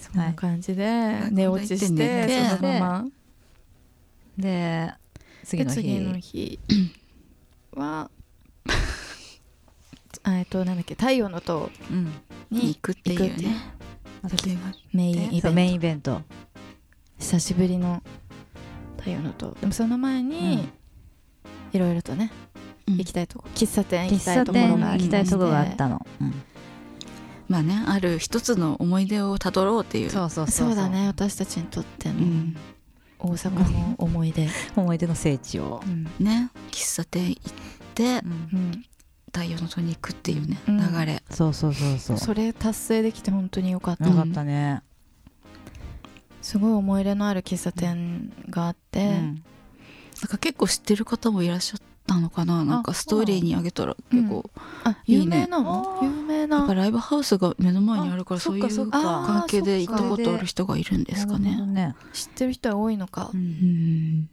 [SPEAKER 1] そこんな感じで寝落ちして
[SPEAKER 2] 寝て
[SPEAKER 1] そのまま
[SPEAKER 3] で次の
[SPEAKER 1] で
[SPEAKER 3] 日
[SPEAKER 1] 次の日は [LAUGHS] あえっとなんだっけ太陽の塔
[SPEAKER 3] うん、
[SPEAKER 2] に
[SPEAKER 1] に
[SPEAKER 2] 行くっていう
[SPEAKER 1] 行くっていう
[SPEAKER 2] ねそれは
[SPEAKER 1] メインイベン
[SPEAKER 3] そう
[SPEAKER 1] ト
[SPEAKER 3] メインイベント
[SPEAKER 1] 久しぶりの太陽の塔でもその前にいろいろとね
[SPEAKER 2] うん
[SPEAKER 1] 行きたいとこ喫茶店行
[SPEAKER 3] 喫
[SPEAKER 1] きたい
[SPEAKER 3] 茶
[SPEAKER 1] ところ
[SPEAKER 3] 店
[SPEAKER 1] があ
[SPEAKER 3] 行
[SPEAKER 1] り
[SPEAKER 3] き
[SPEAKER 1] ま
[SPEAKER 3] たい
[SPEAKER 1] して
[SPEAKER 3] とこがあったの、うん
[SPEAKER 2] まあねある一つの思い出をたどろうっていう
[SPEAKER 3] そうそう
[SPEAKER 1] そうだね私たちにとって
[SPEAKER 2] う
[SPEAKER 1] の
[SPEAKER 2] ん
[SPEAKER 1] 大阪の思い出
[SPEAKER 3] 思い出の聖地を
[SPEAKER 1] う、ん
[SPEAKER 2] ね喫茶店行って
[SPEAKER 1] うん
[SPEAKER 2] 太陽の塔に行くっていうね
[SPEAKER 1] うん
[SPEAKER 2] 流れ
[SPEAKER 3] そうそうそうそう
[SPEAKER 1] それ達成できて本当に良かった
[SPEAKER 3] よかったね、
[SPEAKER 1] すごい思い入れのある喫茶店があって、
[SPEAKER 3] うん
[SPEAKER 2] なんか結構知ってる方もいらっしゃったのかななんかストーリーにあげたら結構
[SPEAKER 1] あ
[SPEAKER 2] い
[SPEAKER 1] 有
[SPEAKER 2] いね
[SPEAKER 1] 名なの
[SPEAKER 6] あー
[SPEAKER 1] 有名
[SPEAKER 2] やっぱ
[SPEAKER 1] な
[SPEAKER 2] ライブハウスが目の前にあるから
[SPEAKER 3] あそ
[SPEAKER 2] そ
[SPEAKER 3] っ
[SPEAKER 2] うい
[SPEAKER 3] かそっ
[SPEAKER 2] う
[SPEAKER 3] か
[SPEAKER 2] 関係で行ったことある
[SPEAKER 3] で
[SPEAKER 2] 人がいるんですかね。
[SPEAKER 3] ね
[SPEAKER 1] 知ってる人は多いのか
[SPEAKER 3] う、
[SPEAKER 2] うんん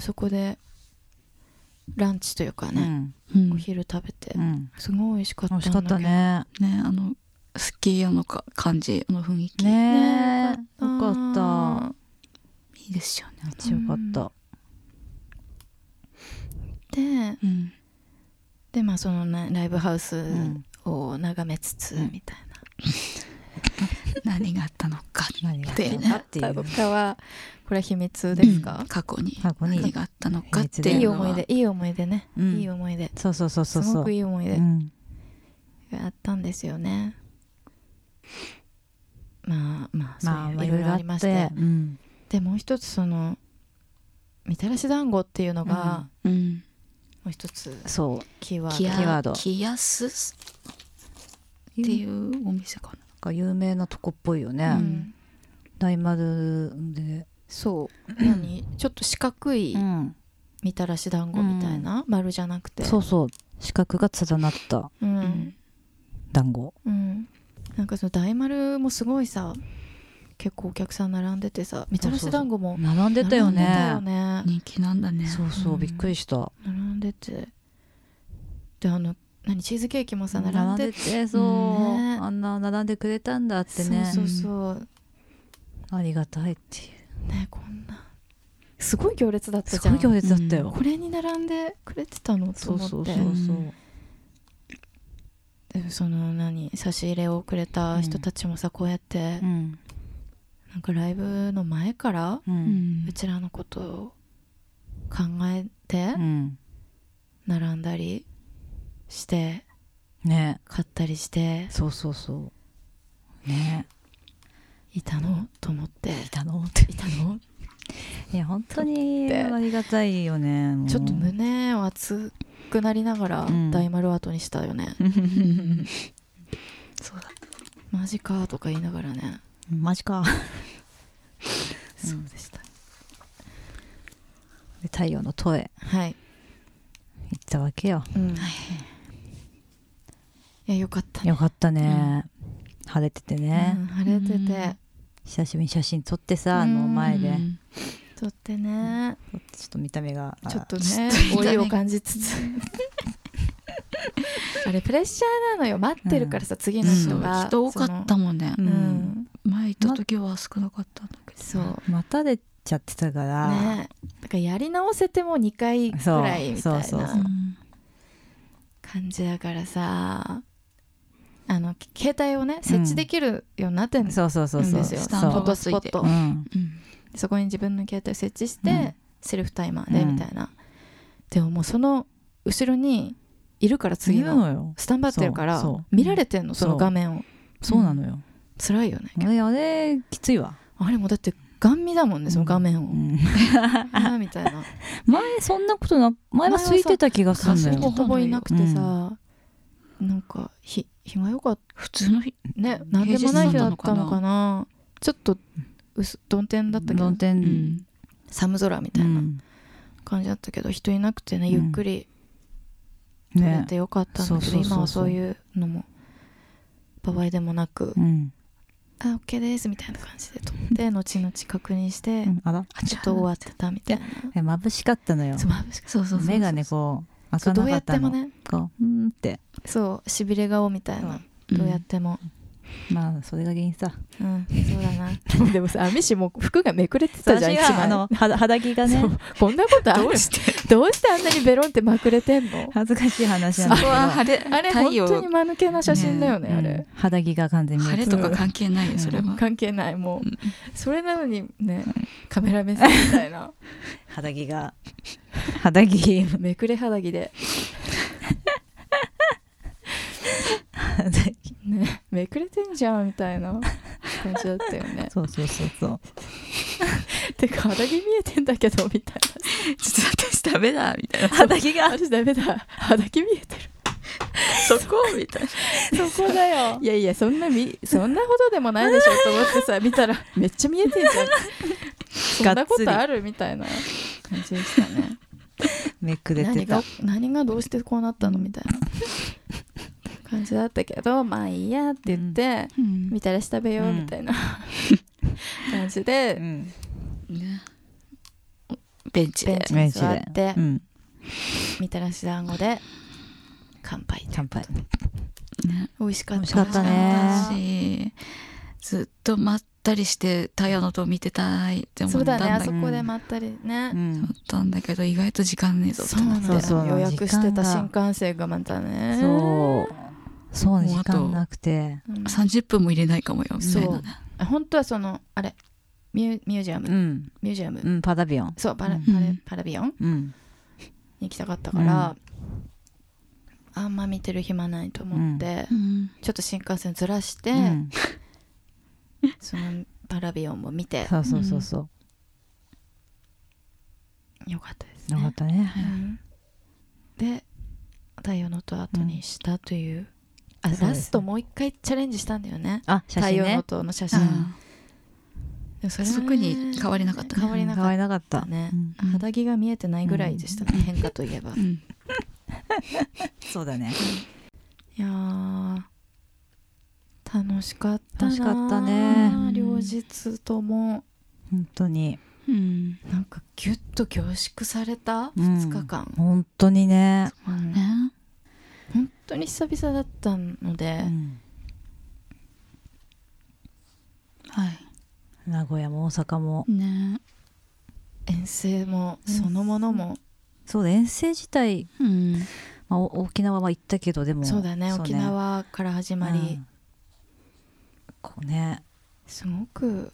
[SPEAKER 1] そこでランチというか
[SPEAKER 3] う
[SPEAKER 1] ね、
[SPEAKER 3] ん
[SPEAKER 2] うん
[SPEAKER 1] お昼食べて、
[SPEAKER 3] うん
[SPEAKER 1] すごい美味しかった
[SPEAKER 3] 美
[SPEAKER 1] んだ
[SPEAKER 3] 味
[SPEAKER 1] け
[SPEAKER 3] し
[SPEAKER 1] ど
[SPEAKER 3] かったね
[SPEAKER 2] ねあのスキー屋のか感じあの雰囲気、
[SPEAKER 3] ね
[SPEAKER 1] ね
[SPEAKER 3] えよかった
[SPEAKER 2] いいですよね。
[SPEAKER 3] 強かった
[SPEAKER 1] で
[SPEAKER 2] うん
[SPEAKER 1] でまあそのねライブハウス
[SPEAKER 3] うん
[SPEAKER 1] を眺めつつ、
[SPEAKER 3] うん
[SPEAKER 1] みたいな
[SPEAKER 2] 何があったのか
[SPEAKER 3] 何があっ
[SPEAKER 2] っていう
[SPEAKER 3] たの
[SPEAKER 2] ね
[SPEAKER 3] かっていう
[SPEAKER 1] 他はこれは秘密ですか、
[SPEAKER 2] 過去に
[SPEAKER 3] 過去に
[SPEAKER 2] 何があったのかって
[SPEAKER 1] い
[SPEAKER 2] い
[SPEAKER 1] いう
[SPEAKER 2] の
[SPEAKER 1] 思
[SPEAKER 2] はい
[SPEAKER 1] 出いい思い出ね、
[SPEAKER 3] うん
[SPEAKER 1] いい思い出
[SPEAKER 3] そうそうそうそう
[SPEAKER 1] す
[SPEAKER 3] そ
[SPEAKER 1] ご
[SPEAKER 3] う
[SPEAKER 1] くいい思い出
[SPEAKER 3] うん
[SPEAKER 1] があったんですよね。まあま
[SPEAKER 3] ま
[SPEAKER 1] あ
[SPEAKER 3] あ
[SPEAKER 1] そう
[SPEAKER 3] ま
[SPEAKER 1] い
[SPEAKER 3] あ
[SPEAKER 1] ういろい
[SPEAKER 3] いろい
[SPEAKER 1] ろ
[SPEAKER 3] ろ
[SPEAKER 1] あ
[SPEAKER 3] あ
[SPEAKER 1] り
[SPEAKER 3] り
[SPEAKER 1] ま
[SPEAKER 3] ま
[SPEAKER 1] し
[SPEAKER 3] しててうん
[SPEAKER 1] でもう一つそのみたらし団子っていうのが、
[SPEAKER 2] うん
[SPEAKER 1] もう一つ
[SPEAKER 3] そう
[SPEAKER 1] キーワ
[SPEAKER 2] キ
[SPEAKER 1] ー
[SPEAKER 3] アキーワー
[SPEAKER 2] ヤ
[SPEAKER 3] ド
[SPEAKER 2] キヤススっていうお店かな。
[SPEAKER 3] なんか有名なとこっぽいよね、
[SPEAKER 1] ド。う、
[SPEAKER 2] うん
[SPEAKER 3] 大丸で、
[SPEAKER 1] そう何ちょっと四角い
[SPEAKER 3] ん、
[SPEAKER 1] みたらし団子みたいな、丸じゃなくて
[SPEAKER 3] そうそう四角が連なった
[SPEAKER 1] う
[SPEAKER 2] うんん
[SPEAKER 3] 団子
[SPEAKER 1] うん、なんかその大丸もすごいさ結構お客さん並んでてさみたらし団子も
[SPEAKER 3] 並んでたよね
[SPEAKER 1] 並んでたよね
[SPEAKER 2] 人気なんだね。
[SPEAKER 3] そうそう、
[SPEAKER 1] うん
[SPEAKER 3] びっくりした
[SPEAKER 1] 並んでてであの何チーズケーキもさ並んでて
[SPEAKER 3] てそう、
[SPEAKER 1] ね
[SPEAKER 3] あんな並んでくれたんだってね
[SPEAKER 1] そうそうそう
[SPEAKER 3] ありがたいっていう
[SPEAKER 1] ねこんなすごい行列だった
[SPEAKER 3] す
[SPEAKER 1] じゃ
[SPEAKER 3] ご
[SPEAKER 1] ん
[SPEAKER 3] い行列だったよ、
[SPEAKER 1] これに並んでくれてたのと
[SPEAKER 3] そう
[SPEAKER 1] 思って
[SPEAKER 3] そうそう
[SPEAKER 2] 思って
[SPEAKER 3] そう
[SPEAKER 1] でその何差し入れをくれた人たちもさ、こうやって
[SPEAKER 3] うん
[SPEAKER 1] なんかライブの前から
[SPEAKER 3] う
[SPEAKER 2] うんん
[SPEAKER 1] うちらのことを考えて
[SPEAKER 3] うん
[SPEAKER 1] 並んだりして
[SPEAKER 3] ね
[SPEAKER 1] 買ったりして
[SPEAKER 3] そうそうそうね
[SPEAKER 1] いたのと思って
[SPEAKER 3] いたのって
[SPEAKER 1] いたの
[SPEAKER 3] いや本当に
[SPEAKER 1] だって
[SPEAKER 3] ありがたいよねもう
[SPEAKER 1] ちょっと胸を熱くなりながら
[SPEAKER 3] うん
[SPEAKER 1] 大丸アートにしたよね、
[SPEAKER 2] そうだ。
[SPEAKER 1] マジかとか言いながらね
[SPEAKER 3] マジか
[SPEAKER 1] そうでした
[SPEAKER 3] で太陽の塔へ
[SPEAKER 1] はい、
[SPEAKER 3] 行ったわけよ
[SPEAKER 1] うんいやよかったね
[SPEAKER 3] よかったね、晴れててね、
[SPEAKER 1] うん晴れてて
[SPEAKER 3] 久しぶりに写真撮ってさあの
[SPEAKER 1] うん
[SPEAKER 3] 前で、
[SPEAKER 2] うん
[SPEAKER 1] とってね
[SPEAKER 3] ちょっと見た目が
[SPEAKER 1] ちょっ
[SPEAKER 3] と
[SPEAKER 1] とね老いを感じつつあれプレッシャーなのよ待ってるからさ、次の
[SPEAKER 2] そ
[SPEAKER 1] 人
[SPEAKER 2] う
[SPEAKER 1] が
[SPEAKER 2] 人多かったもんね
[SPEAKER 1] そのう
[SPEAKER 3] うん
[SPEAKER 1] ん
[SPEAKER 2] 前行った時は少なかったんだけど
[SPEAKER 1] そう
[SPEAKER 3] 待たれちゃってたから、
[SPEAKER 1] ねだからやり直せても2回ぐらいみたいな
[SPEAKER 3] そうそうそう
[SPEAKER 2] うん
[SPEAKER 1] 感じだからさあの携帯をね設置できるようになってんですよ、
[SPEAKER 3] そうそうそうそう
[SPEAKER 1] ですよ
[SPEAKER 2] ス
[SPEAKER 1] フ
[SPEAKER 2] タ
[SPEAKER 1] ォ
[SPEAKER 2] ンド
[SPEAKER 1] ト
[SPEAKER 2] が
[SPEAKER 1] ス
[SPEAKER 2] つ
[SPEAKER 1] ポッ
[SPEAKER 2] いて
[SPEAKER 1] ト、
[SPEAKER 3] うん
[SPEAKER 2] うん
[SPEAKER 1] そこに自分の携帯を設置して、
[SPEAKER 3] うん
[SPEAKER 1] セルフタイマーでみたいな、でももうその後ろにいるから次
[SPEAKER 3] 次な
[SPEAKER 1] の
[SPEAKER 3] のよ
[SPEAKER 1] スタンバってるから
[SPEAKER 3] そうそう
[SPEAKER 1] 見られてんのその画面を
[SPEAKER 3] そうなのよ、
[SPEAKER 1] 辛いよね
[SPEAKER 3] あれあれきついわ、
[SPEAKER 1] あれもうだってガン見だもんねその画面を、
[SPEAKER 3] [LAUGHS]
[SPEAKER 1] あーみたいな
[SPEAKER 3] 前そんなことな前は空いてた気がするんだ
[SPEAKER 2] 前
[SPEAKER 1] ほぼ
[SPEAKER 2] は
[SPEAKER 3] よ
[SPEAKER 1] ほぼいなくてさ、なんか日日が良かった
[SPEAKER 2] 普通の日
[SPEAKER 1] ね、なんでもない日だったのか
[SPEAKER 2] 平日だったのか
[SPEAKER 1] な。ちょっと薄曇天だったけど
[SPEAKER 3] 論、点、
[SPEAKER 2] うん
[SPEAKER 1] 寒空み
[SPEAKER 3] う
[SPEAKER 1] たいなん感じだったけど、人いなくてね、
[SPEAKER 3] うん
[SPEAKER 1] ゆっくり撮れ
[SPEAKER 3] ね
[SPEAKER 1] てよかったんだけど、
[SPEAKER 3] そうそうそうそう
[SPEAKER 1] 今はそういうのも場合でもなく、
[SPEAKER 3] うん
[SPEAKER 1] あ、OK ですみたいな感じで撮って、後々確認して
[SPEAKER 3] う、ん、あら
[SPEAKER 1] あ、ちょっと終わってたみたいな。
[SPEAKER 3] え眩しかったのよ
[SPEAKER 1] そう眩しかった
[SPEAKER 2] そうそうそう
[SPEAKER 3] 目がねこう開か
[SPEAKER 1] ど
[SPEAKER 3] な
[SPEAKER 1] う
[SPEAKER 3] か
[SPEAKER 1] や
[SPEAKER 3] っ
[SPEAKER 1] ったて
[SPEAKER 3] の
[SPEAKER 1] もね、
[SPEAKER 3] こううんって
[SPEAKER 1] そう、しびれ顔みたいな、どうやっても。
[SPEAKER 3] まあそれが原因さ
[SPEAKER 1] うん、そうだなでもさアミシも服がめくれてたじゃん
[SPEAKER 3] 私
[SPEAKER 1] 一
[SPEAKER 3] が
[SPEAKER 1] 枚
[SPEAKER 3] あのは肌着がね
[SPEAKER 1] [LAUGHS] そうこんなことあるどうしてどうしてあんなにベロンってまくれてん [LAUGHS] の
[SPEAKER 3] 恥ずかしい話な
[SPEAKER 2] そこ
[SPEAKER 3] んだけど
[SPEAKER 2] は晴れ
[SPEAKER 1] あれ
[SPEAKER 2] 太
[SPEAKER 1] 本
[SPEAKER 2] 陽
[SPEAKER 1] 当に間抜けな写真だよね
[SPEAKER 3] うん
[SPEAKER 1] あれ、
[SPEAKER 3] 肌着が完全に
[SPEAKER 2] 晴れとか関係ないよそれ [LAUGHS] は、
[SPEAKER 1] 関係ないもう、それなのにねカメラ目線みたいな
[SPEAKER 3] 肌着が肌着
[SPEAKER 1] めくれ肌着でねめくれてんじゃんみたいな感じだったよね
[SPEAKER 3] そうそうそうそう
[SPEAKER 1] [LAUGHS] てか肌着見えてんだけどみたい
[SPEAKER 2] ちょっと私ダメだみたいな
[SPEAKER 3] 肌着
[SPEAKER 1] な
[SPEAKER 3] が
[SPEAKER 1] 私ダメだ肌着見えて
[SPEAKER 2] そこみたいな
[SPEAKER 1] るそこだよいやいやそんなみそんなほどでもないでしょと思ってさ見たらめっちゃ見えてんじゃんそんなことあるみたいな感じでしたね
[SPEAKER 3] めくれて
[SPEAKER 1] 何
[SPEAKER 3] た
[SPEAKER 1] が何がどうしてこうなったのみたいな感じだったけどまあいいやって言って、
[SPEAKER 2] うん
[SPEAKER 1] みたらし食べよう
[SPEAKER 3] うん
[SPEAKER 1] みたいな感じ
[SPEAKER 3] う
[SPEAKER 1] で、
[SPEAKER 3] ん
[SPEAKER 2] ねベンチ
[SPEAKER 1] ベン
[SPEAKER 2] で
[SPEAKER 1] チに座っ
[SPEAKER 3] ベンチ
[SPEAKER 1] て
[SPEAKER 3] うん
[SPEAKER 1] みたらし団子で乾杯
[SPEAKER 3] 乾杯
[SPEAKER 2] ね
[SPEAKER 1] 美味しかった
[SPEAKER 3] 美味しかった
[SPEAKER 2] し
[SPEAKER 3] ね
[SPEAKER 2] ずっとまったりして太陽の塔見てたいって思
[SPEAKER 1] そ
[SPEAKER 2] っ
[SPEAKER 1] う
[SPEAKER 2] た
[SPEAKER 1] だ
[SPEAKER 2] ん
[SPEAKER 1] ね
[SPEAKER 2] だ
[SPEAKER 1] あ
[SPEAKER 2] け
[SPEAKER 1] そ
[SPEAKER 2] ど
[SPEAKER 1] こでまったりね、
[SPEAKER 3] うん
[SPEAKER 2] 思ったんだけど意外と時間ねえぞって
[SPEAKER 1] そうな
[SPEAKER 2] なっ
[SPEAKER 1] ん
[SPEAKER 2] て
[SPEAKER 1] だよ
[SPEAKER 3] そうそう
[SPEAKER 1] 予約してた
[SPEAKER 3] 時
[SPEAKER 1] 新
[SPEAKER 3] 間
[SPEAKER 1] 幹線がまたね
[SPEAKER 3] そうそ
[SPEAKER 2] も
[SPEAKER 3] う
[SPEAKER 2] う
[SPEAKER 3] 時
[SPEAKER 2] あと
[SPEAKER 3] 間なくて
[SPEAKER 1] うん
[SPEAKER 2] 30分も入れないかもよみたいなね
[SPEAKER 1] あ本当はそのあれミュミュージアム、
[SPEAKER 3] うん
[SPEAKER 1] ミュージアム、
[SPEAKER 3] うんパダビオン
[SPEAKER 1] そうパラ,、
[SPEAKER 3] うん
[SPEAKER 1] パラパラビオン
[SPEAKER 3] うん
[SPEAKER 1] に行きたかったから、あんま見てる暇ないと思って、
[SPEAKER 2] うん
[SPEAKER 1] ちょっと新幹線ずらして、
[SPEAKER 3] うん
[SPEAKER 1] そのパラビオンも見て
[SPEAKER 3] そうそうそうそ
[SPEAKER 1] よかったです
[SPEAKER 3] うよか
[SPEAKER 1] ね
[SPEAKER 3] っ。たね
[SPEAKER 1] うんで太陽の塔後にしたという、あ
[SPEAKER 3] そうですね
[SPEAKER 1] ラストもう一回チャレンジしたんだよね
[SPEAKER 3] あ写
[SPEAKER 1] 太
[SPEAKER 3] 真
[SPEAKER 1] 陽の
[SPEAKER 3] ね
[SPEAKER 1] 塔の写
[SPEAKER 2] う
[SPEAKER 1] 真、
[SPEAKER 2] ん
[SPEAKER 1] でもそれはね
[SPEAKER 2] 特に変わりなかったね
[SPEAKER 1] 変わりなかっ
[SPEAKER 3] なかった
[SPEAKER 1] ね、
[SPEAKER 3] うん
[SPEAKER 2] うん
[SPEAKER 1] 肌着が見えてないぐらいでしたね、変化といえば、
[SPEAKER 2] う
[SPEAKER 1] い
[SPEAKER 2] ん
[SPEAKER 3] そうだね
[SPEAKER 1] やー楽しかったなー
[SPEAKER 3] 楽しかったね
[SPEAKER 1] 両日とも
[SPEAKER 3] 本当に
[SPEAKER 2] うん
[SPEAKER 1] なんかギュッと凝縮された
[SPEAKER 3] うん
[SPEAKER 1] 2日間、
[SPEAKER 3] 本当にね
[SPEAKER 1] うん
[SPEAKER 2] ね
[SPEAKER 1] 本当に久々だったので、
[SPEAKER 3] うん
[SPEAKER 2] はい
[SPEAKER 3] 名古屋も大阪も
[SPEAKER 2] ね
[SPEAKER 1] 遠征もそのものも、
[SPEAKER 3] そうだ遠征自体
[SPEAKER 2] うん
[SPEAKER 3] まあお沖縄は行ったけどでも
[SPEAKER 1] そうだね
[SPEAKER 3] そ
[SPEAKER 1] 沖縄から始まり、
[SPEAKER 3] うんこうね
[SPEAKER 1] すごく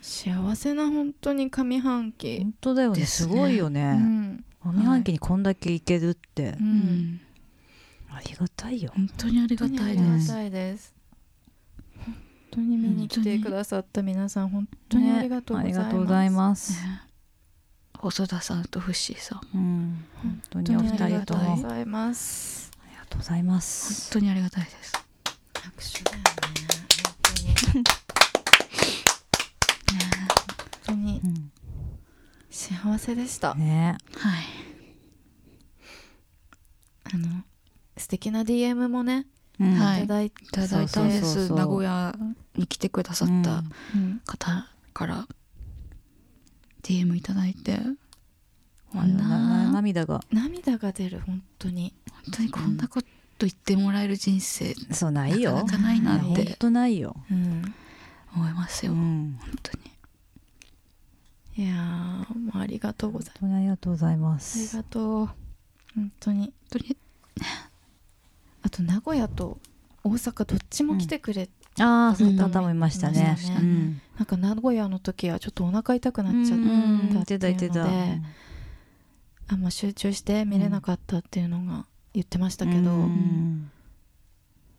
[SPEAKER 1] 幸せな本当に上半期、
[SPEAKER 3] 本当だよね
[SPEAKER 2] です
[SPEAKER 3] す
[SPEAKER 2] ね
[SPEAKER 3] ごいよ
[SPEAKER 1] う
[SPEAKER 3] ね
[SPEAKER 1] ん
[SPEAKER 3] 上半期にこんだけ行けるって
[SPEAKER 1] う
[SPEAKER 2] うんん
[SPEAKER 3] ありがたいよ
[SPEAKER 2] 本当にありが
[SPEAKER 1] 本当に
[SPEAKER 2] た
[SPEAKER 1] あ
[SPEAKER 2] い
[SPEAKER 1] り
[SPEAKER 2] で
[SPEAKER 1] が
[SPEAKER 2] す
[SPEAKER 1] たいです本当に見に来てくださった皆さん本当にありがとうございます、
[SPEAKER 3] ありがとうございます
[SPEAKER 2] ね細田さんとフッシーさん
[SPEAKER 3] うん本当にお
[SPEAKER 1] 本
[SPEAKER 3] 二
[SPEAKER 1] 当にあり
[SPEAKER 3] 人
[SPEAKER 1] が
[SPEAKER 3] と
[SPEAKER 1] とう
[SPEAKER 3] も
[SPEAKER 1] ご
[SPEAKER 3] ありが
[SPEAKER 1] ざいます
[SPEAKER 3] とうございま
[SPEAKER 2] 本
[SPEAKER 3] す
[SPEAKER 2] 当にありがたいです
[SPEAKER 1] 拍手だよね本当に本当に
[SPEAKER 3] うん
[SPEAKER 1] 幸せでした
[SPEAKER 3] ね
[SPEAKER 2] はい
[SPEAKER 1] あの素敵な DM もね、
[SPEAKER 3] うん
[SPEAKER 2] はい
[SPEAKER 1] い、ただいて、
[SPEAKER 2] いただいたんで
[SPEAKER 3] そうそうそう
[SPEAKER 2] す
[SPEAKER 3] そう
[SPEAKER 2] 名古屋に来てくださった
[SPEAKER 1] うん
[SPEAKER 2] 方から DM いただいて
[SPEAKER 3] うん
[SPEAKER 2] こ
[SPEAKER 3] あ
[SPEAKER 2] ん
[SPEAKER 3] の
[SPEAKER 2] な
[SPEAKER 3] なな
[SPEAKER 2] 本
[SPEAKER 3] 涙が
[SPEAKER 1] 涙が出る本当に
[SPEAKER 2] 当にこんなこと言ってもらえる人生
[SPEAKER 3] そうないよ
[SPEAKER 2] なかなかない
[SPEAKER 3] い
[SPEAKER 2] な
[SPEAKER 3] や
[SPEAKER 2] っ
[SPEAKER 3] 本
[SPEAKER 2] て
[SPEAKER 3] 当ないよ
[SPEAKER 1] うん
[SPEAKER 2] 思います
[SPEAKER 3] う
[SPEAKER 2] よ本
[SPEAKER 3] ん
[SPEAKER 2] 当に
[SPEAKER 1] いやーもうありがとうござい
[SPEAKER 3] 本当にありがとうございま
[SPEAKER 1] ますあり
[SPEAKER 3] す
[SPEAKER 1] がとう本当に
[SPEAKER 2] 本当に
[SPEAKER 1] あと名古屋と大阪どっちも来てくれ、
[SPEAKER 3] ああそういう
[SPEAKER 2] うん
[SPEAKER 3] 方もいました
[SPEAKER 1] い
[SPEAKER 3] ね
[SPEAKER 1] ましたね
[SPEAKER 3] うん
[SPEAKER 1] なんか名古屋の時はちょっとお腹痛くなっちゃっ
[SPEAKER 3] うん
[SPEAKER 1] た
[SPEAKER 3] 言
[SPEAKER 1] っ
[SPEAKER 3] ってて
[SPEAKER 1] いう
[SPEAKER 3] た言って
[SPEAKER 1] ので、
[SPEAKER 3] た
[SPEAKER 1] あんま集中して見れなかったっていうのが言ってましたけど、
[SPEAKER 3] うん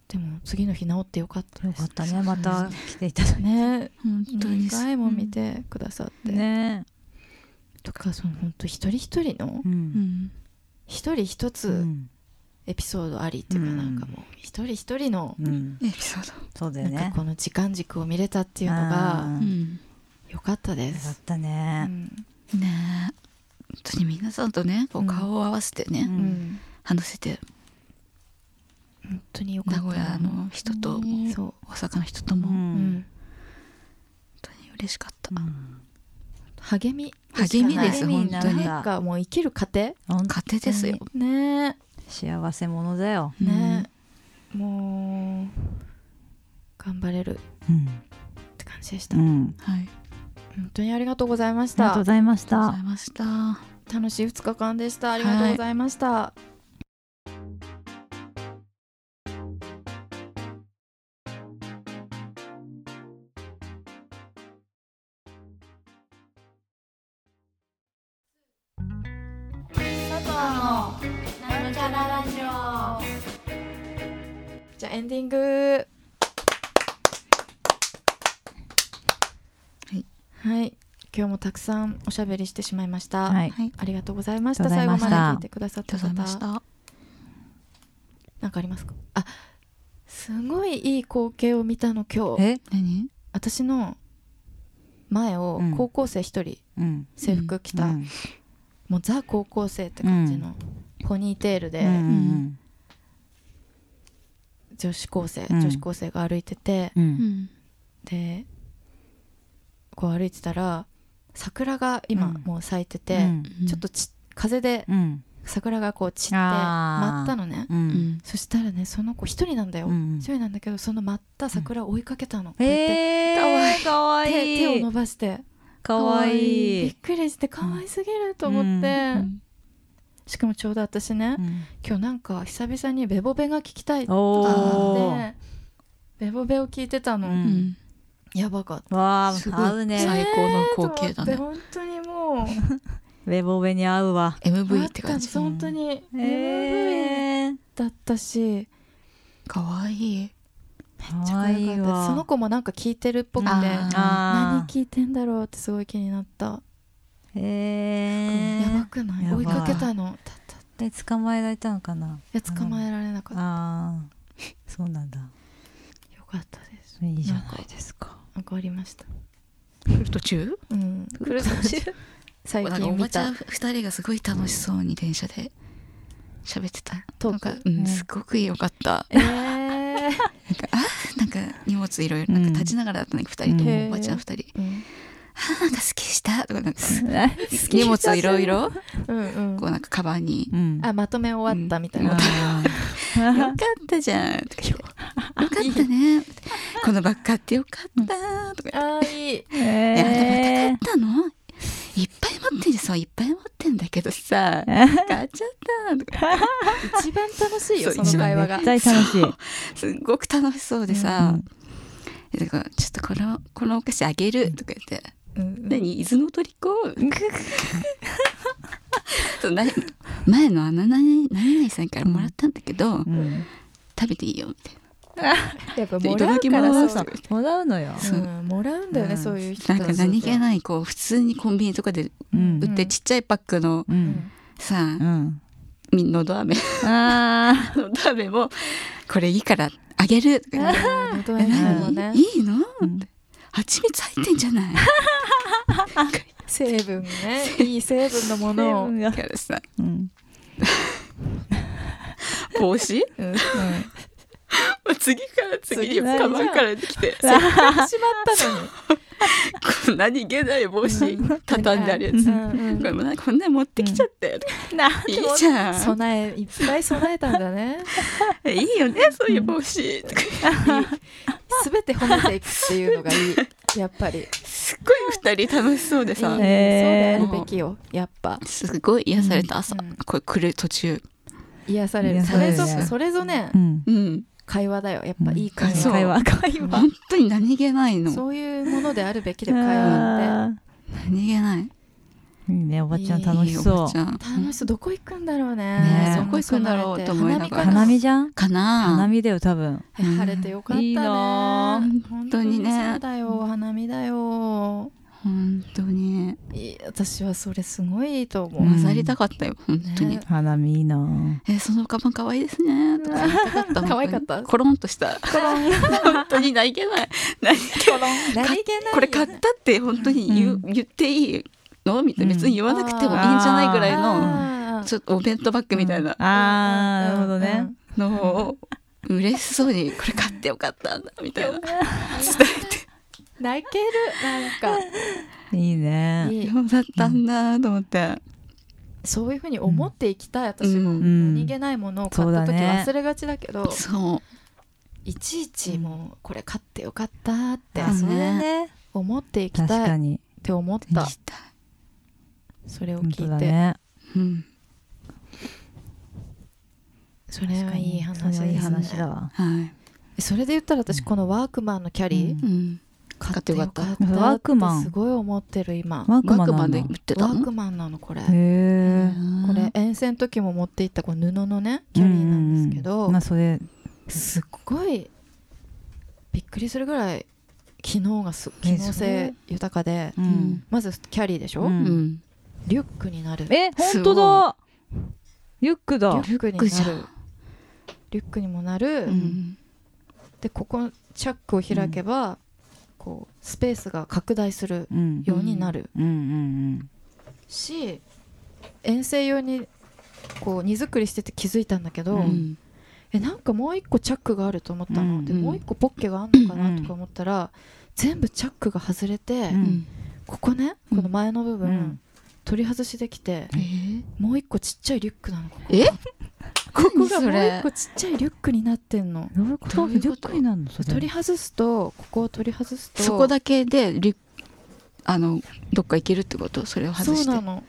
[SPEAKER 1] でも次の日治ってよかった
[SPEAKER 3] よ
[SPEAKER 1] です
[SPEAKER 3] かったねまた来ていただい
[SPEAKER 1] ね
[SPEAKER 2] 本当に
[SPEAKER 1] 2回も見てくださって、
[SPEAKER 3] てね
[SPEAKER 1] とかその本当一人一人の
[SPEAKER 3] うん
[SPEAKER 2] うん
[SPEAKER 1] 一人一
[SPEAKER 3] う
[SPEAKER 1] つ
[SPEAKER 3] ん
[SPEAKER 1] エピソードありっていうか
[SPEAKER 3] うん
[SPEAKER 1] なんかもう一人一人の
[SPEAKER 3] うん
[SPEAKER 2] エピソー
[SPEAKER 3] そう
[SPEAKER 1] な
[SPEAKER 3] だよ
[SPEAKER 1] んか
[SPEAKER 3] ね
[SPEAKER 1] この時間軸を見れたっていうの
[SPEAKER 3] あ
[SPEAKER 1] が
[SPEAKER 2] ドう
[SPEAKER 3] ー
[SPEAKER 2] ん
[SPEAKER 1] 良かったで
[SPEAKER 3] よかっ
[SPEAKER 1] す。
[SPEAKER 3] た
[SPEAKER 1] う
[SPEAKER 3] ね
[SPEAKER 1] ん
[SPEAKER 2] ねえ本当に皆さんとねこ
[SPEAKER 1] う
[SPEAKER 2] うん顔を合わせてね、
[SPEAKER 3] うん
[SPEAKER 1] うん
[SPEAKER 2] 話せて
[SPEAKER 1] 本当に良かったな
[SPEAKER 2] 名古屋の人とも
[SPEAKER 1] そ
[SPEAKER 2] 大阪の人と
[SPEAKER 3] う
[SPEAKER 2] も本
[SPEAKER 1] う、うんん、
[SPEAKER 2] 当に嬉しかった、
[SPEAKER 1] 励み
[SPEAKER 2] 励みです
[SPEAKER 3] 励み
[SPEAKER 2] 本
[SPEAKER 3] にな
[SPEAKER 2] 当
[SPEAKER 3] る
[SPEAKER 2] に
[SPEAKER 1] なんかもう生きる糧
[SPEAKER 3] ほんと
[SPEAKER 2] 糧ですよ、
[SPEAKER 1] ね
[SPEAKER 3] 幸せ者だよ
[SPEAKER 1] えねえ、もう頑張れる
[SPEAKER 7] うん
[SPEAKER 1] って感じでした、
[SPEAKER 7] うん、
[SPEAKER 2] はい。
[SPEAKER 1] 本当にありがとうございまし
[SPEAKER 7] ありがとう
[SPEAKER 1] た
[SPEAKER 7] ございまし
[SPEAKER 2] ありがとうござ
[SPEAKER 7] た
[SPEAKER 2] いました。
[SPEAKER 1] 楽しい2日間でしたありがとうございました、じゃあエンディング
[SPEAKER 2] い
[SPEAKER 1] はい今日もたくさんおしゃべりしてしまいました、
[SPEAKER 7] はい
[SPEAKER 2] はい。
[SPEAKER 1] ありがとうございました
[SPEAKER 7] ありが
[SPEAKER 1] 最
[SPEAKER 7] とうご
[SPEAKER 1] 後ま
[SPEAKER 7] ざいました
[SPEAKER 1] で聞いてくださっ
[SPEAKER 2] ありがと
[SPEAKER 1] た
[SPEAKER 2] うご
[SPEAKER 1] 方
[SPEAKER 2] ざいました。
[SPEAKER 1] なんかありますかあすごいいい光景を見たの今日
[SPEAKER 7] え
[SPEAKER 2] 何？
[SPEAKER 1] 私の前を
[SPEAKER 7] うん
[SPEAKER 1] 高校生一人
[SPEAKER 7] うん
[SPEAKER 1] 制服着た、
[SPEAKER 7] うん
[SPEAKER 1] もうザ高校生って感じのポニーテール
[SPEAKER 7] うんう
[SPEAKER 1] で
[SPEAKER 7] ん
[SPEAKER 1] 女子高生、
[SPEAKER 7] うん
[SPEAKER 1] 女子高生が歩いてて、
[SPEAKER 7] う
[SPEAKER 2] うんん。
[SPEAKER 1] でこう歩いてたら桜が今
[SPEAKER 7] うん
[SPEAKER 1] もう咲いて
[SPEAKER 7] う
[SPEAKER 1] て、
[SPEAKER 7] ん
[SPEAKER 1] ちょっとち風で
[SPEAKER 7] うん
[SPEAKER 1] 桜がこう散って
[SPEAKER 7] あー
[SPEAKER 1] 舞ったのね
[SPEAKER 7] う
[SPEAKER 2] うんん。
[SPEAKER 1] そしたらねその子一人なんだよ、
[SPEAKER 7] うん
[SPEAKER 1] 一人なんだけどその舞った桜を追いかけたの、こうやって
[SPEAKER 7] えー、かわ
[SPEAKER 1] 手
[SPEAKER 7] い
[SPEAKER 1] 手を
[SPEAKER 7] い
[SPEAKER 1] 伸ばして
[SPEAKER 7] かわい
[SPEAKER 1] びっ
[SPEAKER 7] い
[SPEAKER 1] くりして可愛すぎると思って、
[SPEAKER 2] うん
[SPEAKER 1] しかもちょうど私ね、
[SPEAKER 7] うん
[SPEAKER 1] 今日なんか久々にベボベが聞きたいと
[SPEAKER 7] お
[SPEAKER 1] 思っ
[SPEAKER 7] ー
[SPEAKER 1] てベボベを聞いてたの、
[SPEAKER 7] うん
[SPEAKER 2] うん。
[SPEAKER 1] やばかった
[SPEAKER 7] わ
[SPEAKER 2] すごい
[SPEAKER 7] あ合うね
[SPEAKER 2] 最高の光景だね
[SPEAKER 1] えーと思って本当にもう
[SPEAKER 7] ウェボウェに合うわ
[SPEAKER 2] MV って感じ。
[SPEAKER 1] あった本当に MV
[SPEAKER 7] えー、
[SPEAKER 1] だったし、
[SPEAKER 2] 可愛いい。
[SPEAKER 1] めっちゃ可
[SPEAKER 7] 可愛
[SPEAKER 1] 愛
[SPEAKER 7] い
[SPEAKER 1] かった
[SPEAKER 7] わ
[SPEAKER 1] その子もなんか聞いてるっぽくて
[SPEAKER 2] あー
[SPEAKER 1] 何
[SPEAKER 7] あ
[SPEAKER 1] 聞いてんだろうってすごい気になった、
[SPEAKER 7] ー
[SPEAKER 1] やば
[SPEAKER 7] え
[SPEAKER 1] くない
[SPEAKER 7] やば
[SPEAKER 1] 追
[SPEAKER 7] い
[SPEAKER 1] いかけたのたた
[SPEAKER 7] ー、
[SPEAKER 1] い
[SPEAKER 7] で捕まえられたのかな
[SPEAKER 1] や捕まえられなかった
[SPEAKER 7] あーそうなんだ
[SPEAKER 1] よかったです
[SPEAKER 7] いいじゃないです [LAUGHS] か
[SPEAKER 1] わかりました
[SPEAKER 2] 来る途中？
[SPEAKER 1] うん最
[SPEAKER 2] なんか
[SPEAKER 1] 近
[SPEAKER 2] おば
[SPEAKER 1] 見
[SPEAKER 2] ちゃ
[SPEAKER 1] た
[SPEAKER 2] ん二人がすごい楽しそうに電車で喋ってた。
[SPEAKER 1] トー
[SPEAKER 2] なん
[SPEAKER 1] ク
[SPEAKER 2] かうん
[SPEAKER 7] ね
[SPEAKER 2] すごく良か [LAUGHS] った。
[SPEAKER 1] えー
[SPEAKER 2] なんか荷物いろいろなんか立ちながらだったね二人と
[SPEAKER 1] うん
[SPEAKER 2] もおばちゃん二人。
[SPEAKER 1] うん
[SPEAKER 2] あなんか好きしたとかなんか荷物いろいろ
[SPEAKER 1] うん
[SPEAKER 2] こうなんかカバンに。
[SPEAKER 7] うん
[SPEAKER 1] あまとめ終わったみたいな、
[SPEAKER 7] あ
[SPEAKER 2] よか
[SPEAKER 3] [LAUGHS]
[SPEAKER 2] ったじゃんとか言って。よかったね。このバッグ買ってよかったとか言って。
[SPEAKER 1] あーいい
[SPEAKER 7] ー
[SPEAKER 2] いやでも
[SPEAKER 7] え
[SPEAKER 2] 買ったのいっぱい持ってんじゃんそういっぱい持ってんだけどさ買っちゃったとか
[SPEAKER 1] 一番楽しいよ
[SPEAKER 2] そ
[SPEAKER 7] [LAUGHS]
[SPEAKER 1] そうの
[SPEAKER 7] ー、
[SPEAKER 1] 会話が
[SPEAKER 7] 絶対楽しい
[SPEAKER 2] すっごく楽しそうでさ、だからちょっとこのこのお菓子あげるとか言って「
[SPEAKER 1] うん
[SPEAKER 2] 何伊豆の虜?」そうな前のあの何々さんからもらったんだけど、
[SPEAKER 7] うん
[SPEAKER 2] 食べていいよみたいな
[SPEAKER 1] やっぱ
[SPEAKER 2] で「
[SPEAKER 1] も
[SPEAKER 2] いた
[SPEAKER 1] ら
[SPEAKER 2] だ
[SPEAKER 1] う
[SPEAKER 2] き
[SPEAKER 1] か
[SPEAKER 2] ま
[SPEAKER 1] ら
[SPEAKER 2] す」
[SPEAKER 1] そう
[SPEAKER 2] とか言って
[SPEAKER 3] もらうのよ
[SPEAKER 2] そう
[SPEAKER 1] うん、もらうんだよね、
[SPEAKER 7] うん
[SPEAKER 1] そういう人
[SPEAKER 2] なんか何気ないこう普通にコンビニとかで
[SPEAKER 7] うん
[SPEAKER 2] 売ってちっちゃいパックの
[SPEAKER 7] うん
[SPEAKER 2] さ
[SPEAKER 7] うん
[SPEAKER 2] みのど飴
[SPEAKER 7] あ
[SPEAKER 2] [LAUGHS] のダメも、これいいからあ
[SPEAKER 1] [LAUGHS]
[SPEAKER 2] げる。
[SPEAKER 1] うん喉
[SPEAKER 2] え
[SPEAKER 1] へ
[SPEAKER 7] なる
[SPEAKER 1] のも
[SPEAKER 7] ほ
[SPEAKER 2] 何
[SPEAKER 1] ね
[SPEAKER 2] いいの
[SPEAKER 7] うん
[SPEAKER 2] 蜂蜜入ってんじ
[SPEAKER 1] [LAUGHS]
[SPEAKER 2] ゃない
[SPEAKER 1] 成分ねいい成分のものを、うん
[SPEAKER 2] だからさ、
[SPEAKER 7] ーうん
[SPEAKER 2] 帽子 [LAUGHS]
[SPEAKER 1] うんし
[SPEAKER 2] 次から次に
[SPEAKER 1] 次
[SPEAKER 2] カバンから出てきて、
[SPEAKER 1] まったのに
[SPEAKER 2] こう何気ない帽子
[SPEAKER 1] うん
[SPEAKER 2] [LAUGHS] 畳んであるやつ。
[SPEAKER 1] うんうん
[SPEAKER 2] これもなこんなの持ってきちゃって、いいじゃん
[SPEAKER 1] 備えいっぱい備えたんだね
[SPEAKER 2] いいよねそういう帽子とか
[SPEAKER 1] すべて褒めていくっていうのがい
[SPEAKER 2] [LAUGHS]
[SPEAKER 1] いやっぱりいい
[SPEAKER 2] すっごい二人楽しそうで
[SPEAKER 1] そ
[SPEAKER 2] さ
[SPEAKER 1] う
[SPEAKER 7] ね
[SPEAKER 1] であるべきよやっぱ
[SPEAKER 2] すごい癒された朝、
[SPEAKER 1] うん
[SPEAKER 2] これ来る途中
[SPEAKER 1] 癒される
[SPEAKER 7] 癒
[SPEAKER 1] そ
[SPEAKER 7] され
[SPEAKER 1] れ
[SPEAKER 7] る
[SPEAKER 1] ぞ
[SPEAKER 7] ね
[SPEAKER 1] それぞね
[SPEAKER 7] うん
[SPEAKER 2] うん
[SPEAKER 1] 会話だよやっぱいい会
[SPEAKER 2] そう
[SPEAKER 1] 話
[SPEAKER 7] 会話会話
[SPEAKER 2] 本当に何気ないの
[SPEAKER 1] そういうものであるべきで会話っ
[SPEAKER 7] あー
[SPEAKER 2] 何気ない
[SPEAKER 7] いいねおばちゃん楽し
[SPEAKER 2] いいお
[SPEAKER 7] そ
[SPEAKER 2] ばちゃん
[SPEAKER 1] て楽しそうどこ行くんだろうね
[SPEAKER 7] ね
[SPEAKER 1] そ
[SPEAKER 7] ど
[SPEAKER 2] こ行くんだろうと思いな
[SPEAKER 7] う
[SPEAKER 2] がら
[SPEAKER 7] 花見じゃん
[SPEAKER 2] かな
[SPEAKER 7] 花見だよ多分
[SPEAKER 1] え晴れてよかったね。
[SPEAKER 7] いいな
[SPEAKER 2] ぁ
[SPEAKER 1] 本
[SPEAKER 2] 本
[SPEAKER 1] 当
[SPEAKER 2] 当
[SPEAKER 1] に
[SPEAKER 2] にね
[SPEAKER 1] ね。そうだよ、お花見だよ。
[SPEAKER 2] 本当に
[SPEAKER 1] いい私はそれすごいいいと思う。
[SPEAKER 7] うん
[SPEAKER 2] 混ざりたかったよ、本当に
[SPEAKER 1] ね。
[SPEAKER 7] 花見いいなぁ
[SPEAKER 2] えーそのカバン可愛いですねとか言いたかっ
[SPEAKER 1] [LAUGHS]
[SPEAKER 2] た
[SPEAKER 1] 可愛かった
[SPEAKER 2] 本当にコロンとした [LAUGHS]
[SPEAKER 1] コロン、
[SPEAKER 2] 本当に何気ない何気ない
[SPEAKER 1] 何気ない。
[SPEAKER 2] これ買ったって本当に言,、う言っていいのみたい
[SPEAKER 7] う
[SPEAKER 2] な
[SPEAKER 7] ん
[SPEAKER 2] 別に言わなくてもいいんじゃないぐらいの、
[SPEAKER 1] あー
[SPEAKER 2] ちょっとお弁当バッグみたいな
[SPEAKER 7] あーなるほどね。
[SPEAKER 2] のを嬉しそうにこれ買ってよかったんだみたいな
[SPEAKER 1] うん泣ける、なん
[SPEAKER 7] いい
[SPEAKER 1] か。
[SPEAKER 7] ね
[SPEAKER 1] いい
[SPEAKER 2] そうだったんだと思って、
[SPEAKER 1] そういうふうに思っていきたい、私も。
[SPEAKER 2] うん
[SPEAKER 1] 何気ないものを買
[SPEAKER 7] そ
[SPEAKER 1] っ
[SPEAKER 7] う
[SPEAKER 1] た
[SPEAKER 7] だ
[SPEAKER 1] 時
[SPEAKER 7] ね
[SPEAKER 1] 忘れがちだけど。
[SPEAKER 2] そう
[SPEAKER 1] いちいちもうこれ買ってよかったって
[SPEAKER 2] あ
[SPEAKER 8] それで
[SPEAKER 2] ね
[SPEAKER 8] ね
[SPEAKER 1] 思っていき
[SPEAKER 3] 確
[SPEAKER 1] たい
[SPEAKER 3] か
[SPEAKER 1] っ
[SPEAKER 3] に
[SPEAKER 1] て思った
[SPEAKER 2] きたい
[SPEAKER 1] それを
[SPEAKER 3] 本当
[SPEAKER 1] 聞
[SPEAKER 3] だ
[SPEAKER 1] いて、
[SPEAKER 3] ね
[SPEAKER 2] うん
[SPEAKER 1] それはいい話
[SPEAKER 3] それはいい
[SPEAKER 1] ですね
[SPEAKER 3] 話だわ
[SPEAKER 2] はい
[SPEAKER 1] それで言ったら私このワークマンのキャリー、
[SPEAKER 3] うん
[SPEAKER 2] うん
[SPEAKER 1] 買ってよかった
[SPEAKER 2] 買
[SPEAKER 3] ってよかった
[SPEAKER 1] ワークマンすごい思ってる今
[SPEAKER 3] ワー
[SPEAKER 2] マ
[SPEAKER 3] クマン
[SPEAKER 2] ク
[SPEAKER 3] な
[SPEAKER 2] マ
[SPEAKER 3] ん
[SPEAKER 2] で
[SPEAKER 3] だ
[SPEAKER 2] 売ってた
[SPEAKER 1] ワ
[SPEAKER 2] の
[SPEAKER 1] ークマンなのこれ
[SPEAKER 3] へえ
[SPEAKER 1] これ遠征の時も持って行ったこの布のねキャリーなんですけど、
[SPEAKER 3] うんうんうんまあそれ
[SPEAKER 1] すっごいびっくりするぐらい機能がす機
[SPEAKER 3] え
[SPEAKER 1] 能
[SPEAKER 3] そ
[SPEAKER 1] 性
[SPEAKER 3] れ
[SPEAKER 1] 豊かで、
[SPEAKER 3] う
[SPEAKER 2] うん
[SPEAKER 3] ん
[SPEAKER 1] まずキャリーでしょ、
[SPEAKER 3] う
[SPEAKER 2] うんん
[SPEAKER 1] リュックになるリ
[SPEAKER 3] え本当だリュック
[SPEAKER 1] ュ
[SPEAKER 3] だ
[SPEAKER 1] ックに
[SPEAKER 2] グジ
[SPEAKER 1] な
[SPEAKER 2] ャ
[SPEAKER 1] るリュックにもなる、
[SPEAKER 2] うん
[SPEAKER 1] でここチャックを開けば、こうスペースが拡大する
[SPEAKER 3] うん
[SPEAKER 1] ようになる
[SPEAKER 3] うんうん
[SPEAKER 1] し遠征用にこう荷造りしてて気づいたんだけど、
[SPEAKER 2] うん
[SPEAKER 1] えなんかもう一個チャックがあると思ったの、
[SPEAKER 3] うん
[SPEAKER 1] で
[SPEAKER 2] うん
[SPEAKER 1] もう一個ポッケがあるのか
[SPEAKER 3] う
[SPEAKER 1] なんとか思ったら、全部チャックが外れて、
[SPEAKER 3] うん
[SPEAKER 1] ここねこの前の部
[SPEAKER 3] う
[SPEAKER 1] 分、
[SPEAKER 3] ん
[SPEAKER 1] 取り外しできて、
[SPEAKER 2] え
[SPEAKER 1] もう一個ちっちゃいリュックなのこ
[SPEAKER 2] え
[SPEAKER 1] こ
[SPEAKER 2] 何
[SPEAKER 1] が
[SPEAKER 2] そ
[SPEAKER 1] もう一
[SPEAKER 2] れ
[SPEAKER 1] 個ちっちゃいリュックになってんの
[SPEAKER 3] どういうこ
[SPEAKER 2] ど
[SPEAKER 3] と
[SPEAKER 2] う
[SPEAKER 3] リ
[SPEAKER 2] いうこと
[SPEAKER 3] ュックになるのそれ
[SPEAKER 1] 取り外すとここを取り外すと
[SPEAKER 2] そこだけでリュッあのどっか行けるってことそれを外し
[SPEAKER 1] そうな
[SPEAKER 2] て
[SPEAKER 1] の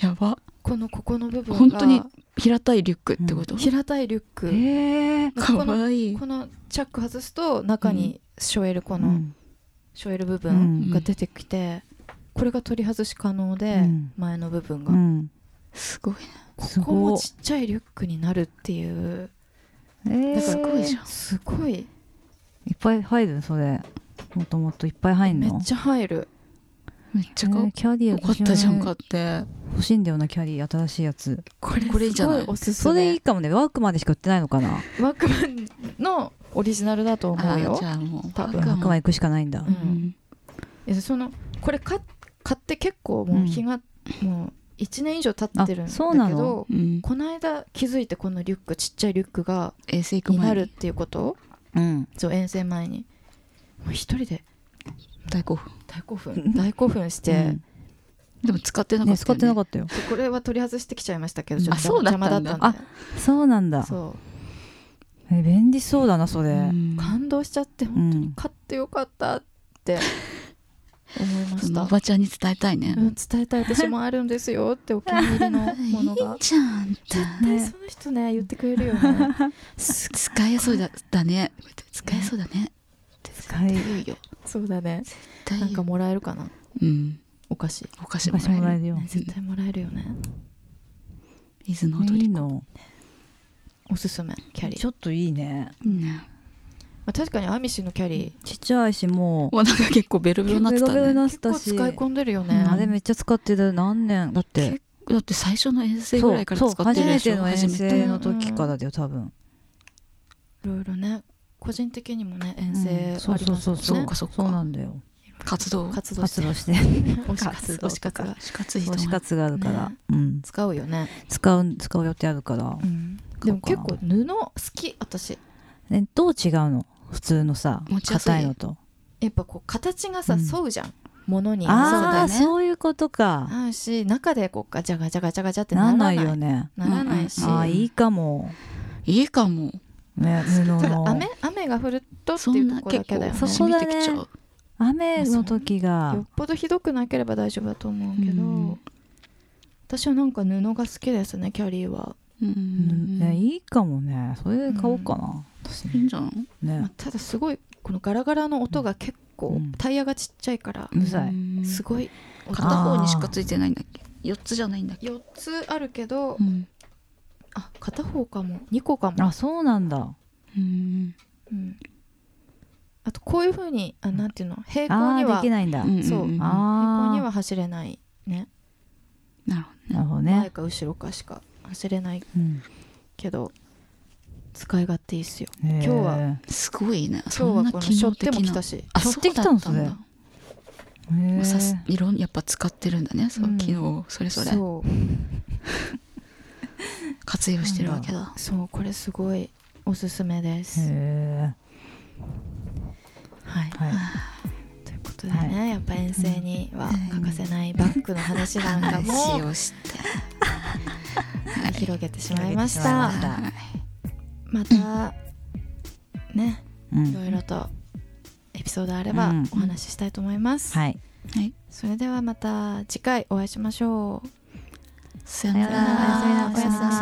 [SPEAKER 2] やば
[SPEAKER 1] このここの部分が
[SPEAKER 2] 本当に平たいリュックってこと
[SPEAKER 1] 平たいリュック、
[SPEAKER 3] へえ
[SPEAKER 2] かわいい
[SPEAKER 1] このチャック外すと中にショエルこ
[SPEAKER 3] う
[SPEAKER 1] の
[SPEAKER 3] ん
[SPEAKER 1] ショエル部
[SPEAKER 3] う
[SPEAKER 1] 分
[SPEAKER 3] ん
[SPEAKER 1] が出てきてこれが取り外し可能で、
[SPEAKER 3] うん
[SPEAKER 1] 前の部分が、
[SPEAKER 3] うん
[SPEAKER 2] すごい
[SPEAKER 1] こ
[SPEAKER 3] す
[SPEAKER 1] こ
[SPEAKER 3] ご
[SPEAKER 1] もちっちゃいリュックになるっていう
[SPEAKER 3] えー
[SPEAKER 1] だから
[SPEAKER 2] すごいじゃん
[SPEAKER 1] すごい
[SPEAKER 3] いっぱい入るそれもともといっぱい入ん
[SPEAKER 1] め
[SPEAKER 3] の
[SPEAKER 1] っちゃ入る
[SPEAKER 2] めっちゃか
[SPEAKER 3] えーキャリー
[SPEAKER 2] よかったじゃん買
[SPEAKER 3] 私もね
[SPEAKER 2] って
[SPEAKER 3] 欲しいんだよなキャリー新しいやつ
[SPEAKER 2] これこれいいじゃない
[SPEAKER 1] すごいおすす
[SPEAKER 3] それい
[SPEAKER 1] め
[SPEAKER 3] いかもねワークマンでしか売ってないのかな
[SPEAKER 1] ワークマンのオリジナルだと思
[SPEAKER 2] あ
[SPEAKER 1] うよ
[SPEAKER 2] じゃあもう
[SPEAKER 1] 多分
[SPEAKER 3] ワークマン行くしかないんだ
[SPEAKER 1] うんえそのこれか買って結構もう日が、もう1年以上経ってるん
[SPEAKER 3] あ
[SPEAKER 1] だ
[SPEAKER 3] そうな
[SPEAKER 1] けど
[SPEAKER 3] の
[SPEAKER 2] うん
[SPEAKER 1] この間気づいてこのリュックちっちゃいリュックが
[SPEAKER 2] 衛生行く
[SPEAKER 1] にな
[SPEAKER 2] 前
[SPEAKER 1] るっ
[SPEAKER 2] に
[SPEAKER 1] ていうこと
[SPEAKER 3] うん
[SPEAKER 1] そう遠征前にもう一人で
[SPEAKER 2] 大興奮
[SPEAKER 1] 大興奮大興奮して、
[SPEAKER 2] でも使ってなか
[SPEAKER 3] ね
[SPEAKER 2] った
[SPEAKER 3] 使
[SPEAKER 2] よ
[SPEAKER 3] ってな
[SPEAKER 2] ね
[SPEAKER 3] かったよ
[SPEAKER 1] これは取り外してきちゃいましたけどちょっと
[SPEAKER 2] あそうだっ
[SPEAKER 1] 邪
[SPEAKER 2] たんだ
[SPEAKER 1] 魔だったんだ
[SPEAKER 3] そうなんだ
[SPEAKER 1] そ
[SPEAKER 3] え便利そうだなそれ
[SPEAKER 1] う感動しちゃって
[SPEAKER 3] う
[SPEAKER 1] 本当に
[SPEAKER 3] ん
[SPEAKER 1] 買ってよかったって思いま
[SPEAKER 2] そ
[SPEAKER 1] し
[SPEAKER 2] の
[SPEAKER 1] た
[SPEAKER 2] おばちゃんに伝えたいね
[SPEAKER 1] うん、伝えたい私もあるんですよってお気に入りのもの
[SPEAKER 2] [LAUGHS]
[SPEAKER 1] が
[SPEAKER 2] じゃんって
[SPEAKER 1] 絶対その人ね言ってくれるよね
[SPEAKER 2] 使えそうだだね使えそうだね
[SPEAKER 3] 使い
[SPEAKER 2] いいよ
[SPEAKER 1] そうだね
[SPEAKER 2] 大
[SPEAKER 1] なんか
[SPEAKER 2] よ
[SPEAKER 1] もらえるかな
[SPEAKER 2] うん
[SPEAKER 1] お菓子、ね、
[SPEAKER 2] お菓子も
[SPEAKER 3] 昔も
[SPEAKER 2] ら
[SPEAKER 3] ら
[SPEAKER 2] え
[SPEAKER 3] え
[SPEAKER 2] る
[SPEAKER 3] るよ
[SPEAKER 1] 絶対もらえるよね
[SPEAKER 2] 伊豆の踊
[SPEAKER 3] いい
[SPEAKER 2] り
[SPEAKER 3] の
[SPEAKER 1] おすすめキャリー、
[SPEAKER 3] ちょっといいね
[SPEAKER 2] うん
[SPEAKER 1] まあ、確かにアミシのキャリ
[SPEAKER 3] ちっちゃいしもう
[SPEAKER 2] お腹結構ベロベロになってた
[SPEAKER 3] ベロベロに
[SPEAKER 2] ね
[SPEAKER 1] ー
[SPEAKER 3] な
[SPEAKER 1] 結
[SPEAKER 3] ってた
[SPEAKER 1] 構
[SPEAKER 3] し
[SPEAKER 1] 使い込んでるよ
[SPEAKER 3] う
[SPEAKER 1] ね
[SPEAKER 3] んあれめっちゃ使ってる何年だって
[SPEAKER 2] 結だって最初の遠征ぐ
[SPEAKER 3] そ
[SPEAKER 2] らいうから
[SPEAKER 3] そう
[SPEAKER 2] 使っ
[SPEAKER 3] 初
[SPEAKER 2] てるで
[SPEAKER 3] め
[SPEAKER 2] してょ
[SPEAKER 3] の遠征の時からだよ多分
[SPEAKER 1] いろいろね個人的にもね遠
[SPEAKER 3] うん
[SPEAKER 1] 征
[SPEAKER 3] そ
[SPEAKER 1] あ
[SPEAKER 3] う
[SPEAKER 1] り
[SPEAKER 3] そう
[SPEAKER 1] ます
[SPEAKER 3] そ
[SPEAKER 1] も
[SPEAKER 3] うん
[SPEAKER 1] ね、
[SPEAKER 3] そう
[SPEAKER 2] かそうか
[SPEAKER 3] そうなんだよ
[SPEAKER 2] 活動
[SPEAKER 1] 活動し
[SPEAKER 3] 活
[SPEAKER 1] て
[SPEAKER 3] 動して
[SPEAKER 1] 推し活
[SPEAKER 3] 活動
[SPEAKER 1] 推し活が
[SPEAKER 2] 死活費
[SPEAKER 3] 推し
[SPEAKER 2] とか
[SPEAKER 3] 活があるから、
[SPEAKER 1] ね
[SPEAKER 3] うん、
[SPEAKER 1] 使うよね、
[SPEAKER 3] 使う使う予定あるから、
[SPEAKER 1] でも結構布好き私
[SPEAKER 3] ね、どう違うの普通のさ
[SPEAKER 2] 持ちやすい
[SPEAKER 3] 硬いのと
[SPEAKER 1] やっぱこう形がさ、
[SPEAKER 3] うん
[SPEAKER 1] 沿うじゃん物に
[SPEAKER 2] そうだ
[SPEAKER 3] あ
[SPEAKER 2] よ
[SPEAKER 3] あ
[SPEAKER 2] ね
[SPEAKER 3] そういうことか
[SPEAKER 1] 合うし中でこうガチャガチャガチャガチャってな
[SPEAKER 3] な
[SPEAKER 1] ら
[SPEAKER 3] ん
[SPEAKER 1] な
[SPEAKER 3] ないいよね
[SPEAKER 1] ならないし、
[SPEAKER 2] うんうん
[SPEAKER 3] ああいいかも
[SPEAKER 2] いいかも
[SPEAKER 3] ね布
[SPEAKER 1] ただ
[SPEAKER 3] の
[SPEAKER 1] 雨雨が降るとって
[SPEAKER 2] そ
[SPEAKER 1] い
[SPEAKER 2] ん
[SPEAKER 1] うと
[SPEAKER 2] な
[SPEAKER 1] ころ
[SPEAKER 2] 結
[SPEAKER 1] だけだよね
[SPEAKER 2] 構
[SPEAKER 3] そ
[SPEAKER 2] 染
[SPEAKER 3] こ
[SPEAKER 2] み
[SPEAKER 3] だ
[SPEAKER 2] て
[SPEAKER 3] ね
[SPEAKER 2] きちゃう
[SPEAKER 3] 雨の時が
[SPEAKER 1] よっぽどひどくなければ大丈夫だと思うけど、
[SPEAKER 3] うん
[SPEAKER 1] 私はなんか布が好きですねキャリーは、
[SPEAKER 2] うん
[SPEAKER 3] うんねいいかもねそれで買おうかな、私
[SPEAKER 2] いいんじゃん
[SPEAKER 1] ま
[SPEAKER 3] ね
[SPEAKER 1] あ、ただすごいこのガラガラの音が結構、
[SPEAKER 3] うん
[SPEAKER 1] タイヤがちっちゃいから、
[SPEAKER 3] うざい
[SPEAKER 2] ん
[SPEAKER 1] すごい
[SPEAKER 2] 片方にしかついてないんだっけ四つじゃないんだっけ
[SPEAKER 1] 4つあるけど、
[SPEAKER 2] うん
[SPEAKER 1] あ片方かも2個かも、
[SPEAKER 3] あそうなんだ
[SPEAKER 2] うん
[SPEAKER 1] うんあとこういうふうにあなんていうの平行
[SPEAKER 3] あ
[SPEAKER 1] に
[SPEAKER 3] あ
[SPEAKER 1] は
[SPEAKER 3] できないんだ、
[SPEAKER 2] うん
[SPEAKER 1] そう
[SPEAKER 2] うん
[SPEAKER 1] 平行に
[SPEAKER 3] あ
[SPEAKER 1] は走れないね
[SPEAKER 2] あなるほ
[SPEAKER 3] あなるほど
[SPEAKER 1] 前
[SPEAKER 3] ね、
[SPEAKER 1] か後ろかしか走れない
[SPEAKER 3] うん、
[SPEAKER 1] けど使い勝手いいっすよ
[SPEAKER 3] 今
[SPEAKER 1] 日は
[SPEAKER 2] どすごいねそ
[SPEAKER 1] 今
[SPEAKER 2] ん
[SPEAKER 1] 日
[SPEAKER 2] な
[SPEAKER 1] はこの
[SPEAKER 2] 機
[SPEAKER 1] しょ
[SPEAKER 2] 能
[SPEAKER 1] って
[SPEAKER 2] 的
[SPEAKER 1] も来
[SPEAKER 2] な
[SPEAKER 1] たし
[SPEAKER 2] あ
[SPEAKER 3] しょ
[SPEAKER 2] そ
[SPEAKER 3] っ
[SPEAKER 2] う
[SPEAKER 3] て
[SPEAKER 2] だ
[SPEAKER 3] き
[SPEAKER 2] ったたん
[SPEAKER 3] の
[SPEAKER 2] だ
[SPEAKER 3] それ
[SPEAKER 2] もうさすいろんやっぱ使ってるんだねそう
[SPEAKER 1] うん
[SPEAKER 2] 機能をそれぞれ
[SPEAKER 1] そう
[SPEAKER 2] 活用してるわけだ
[SPEAKER 1] そうこれすごいおすすめです
[SPEAKER 3] へ
[SPEAKER 1] はい
[SPEAKER 3] えはい
[SPEAKER 1] ということでね、やっぱ遠征には
[SPEAKER 2] うん
[SPEAKER 1] 欠かせないバッグの話なんかも
[SPEAKER 2] 話をして
[SPEAKER 1] 広げてしまいまし
[SPEAKER 3] 広げてしまい
[SPEAKER 1] た
[SPEAKER 3] ました
[SPEAKER 1] またね
[SPEAKER 7] うん
[SPEAKER 1] いろいろとエピソードあれば
[SPEAKER 7] うん
[SPEAKER 1] お話ししたいと思います、
[SPEAKER 3] はい。
[SPEAKER 1] それではまた次回お会いしましょう
[SPEAKER 2] さよ
[SPEAKER 7] なら
[SPEAKER 1] さよならおやすみなさい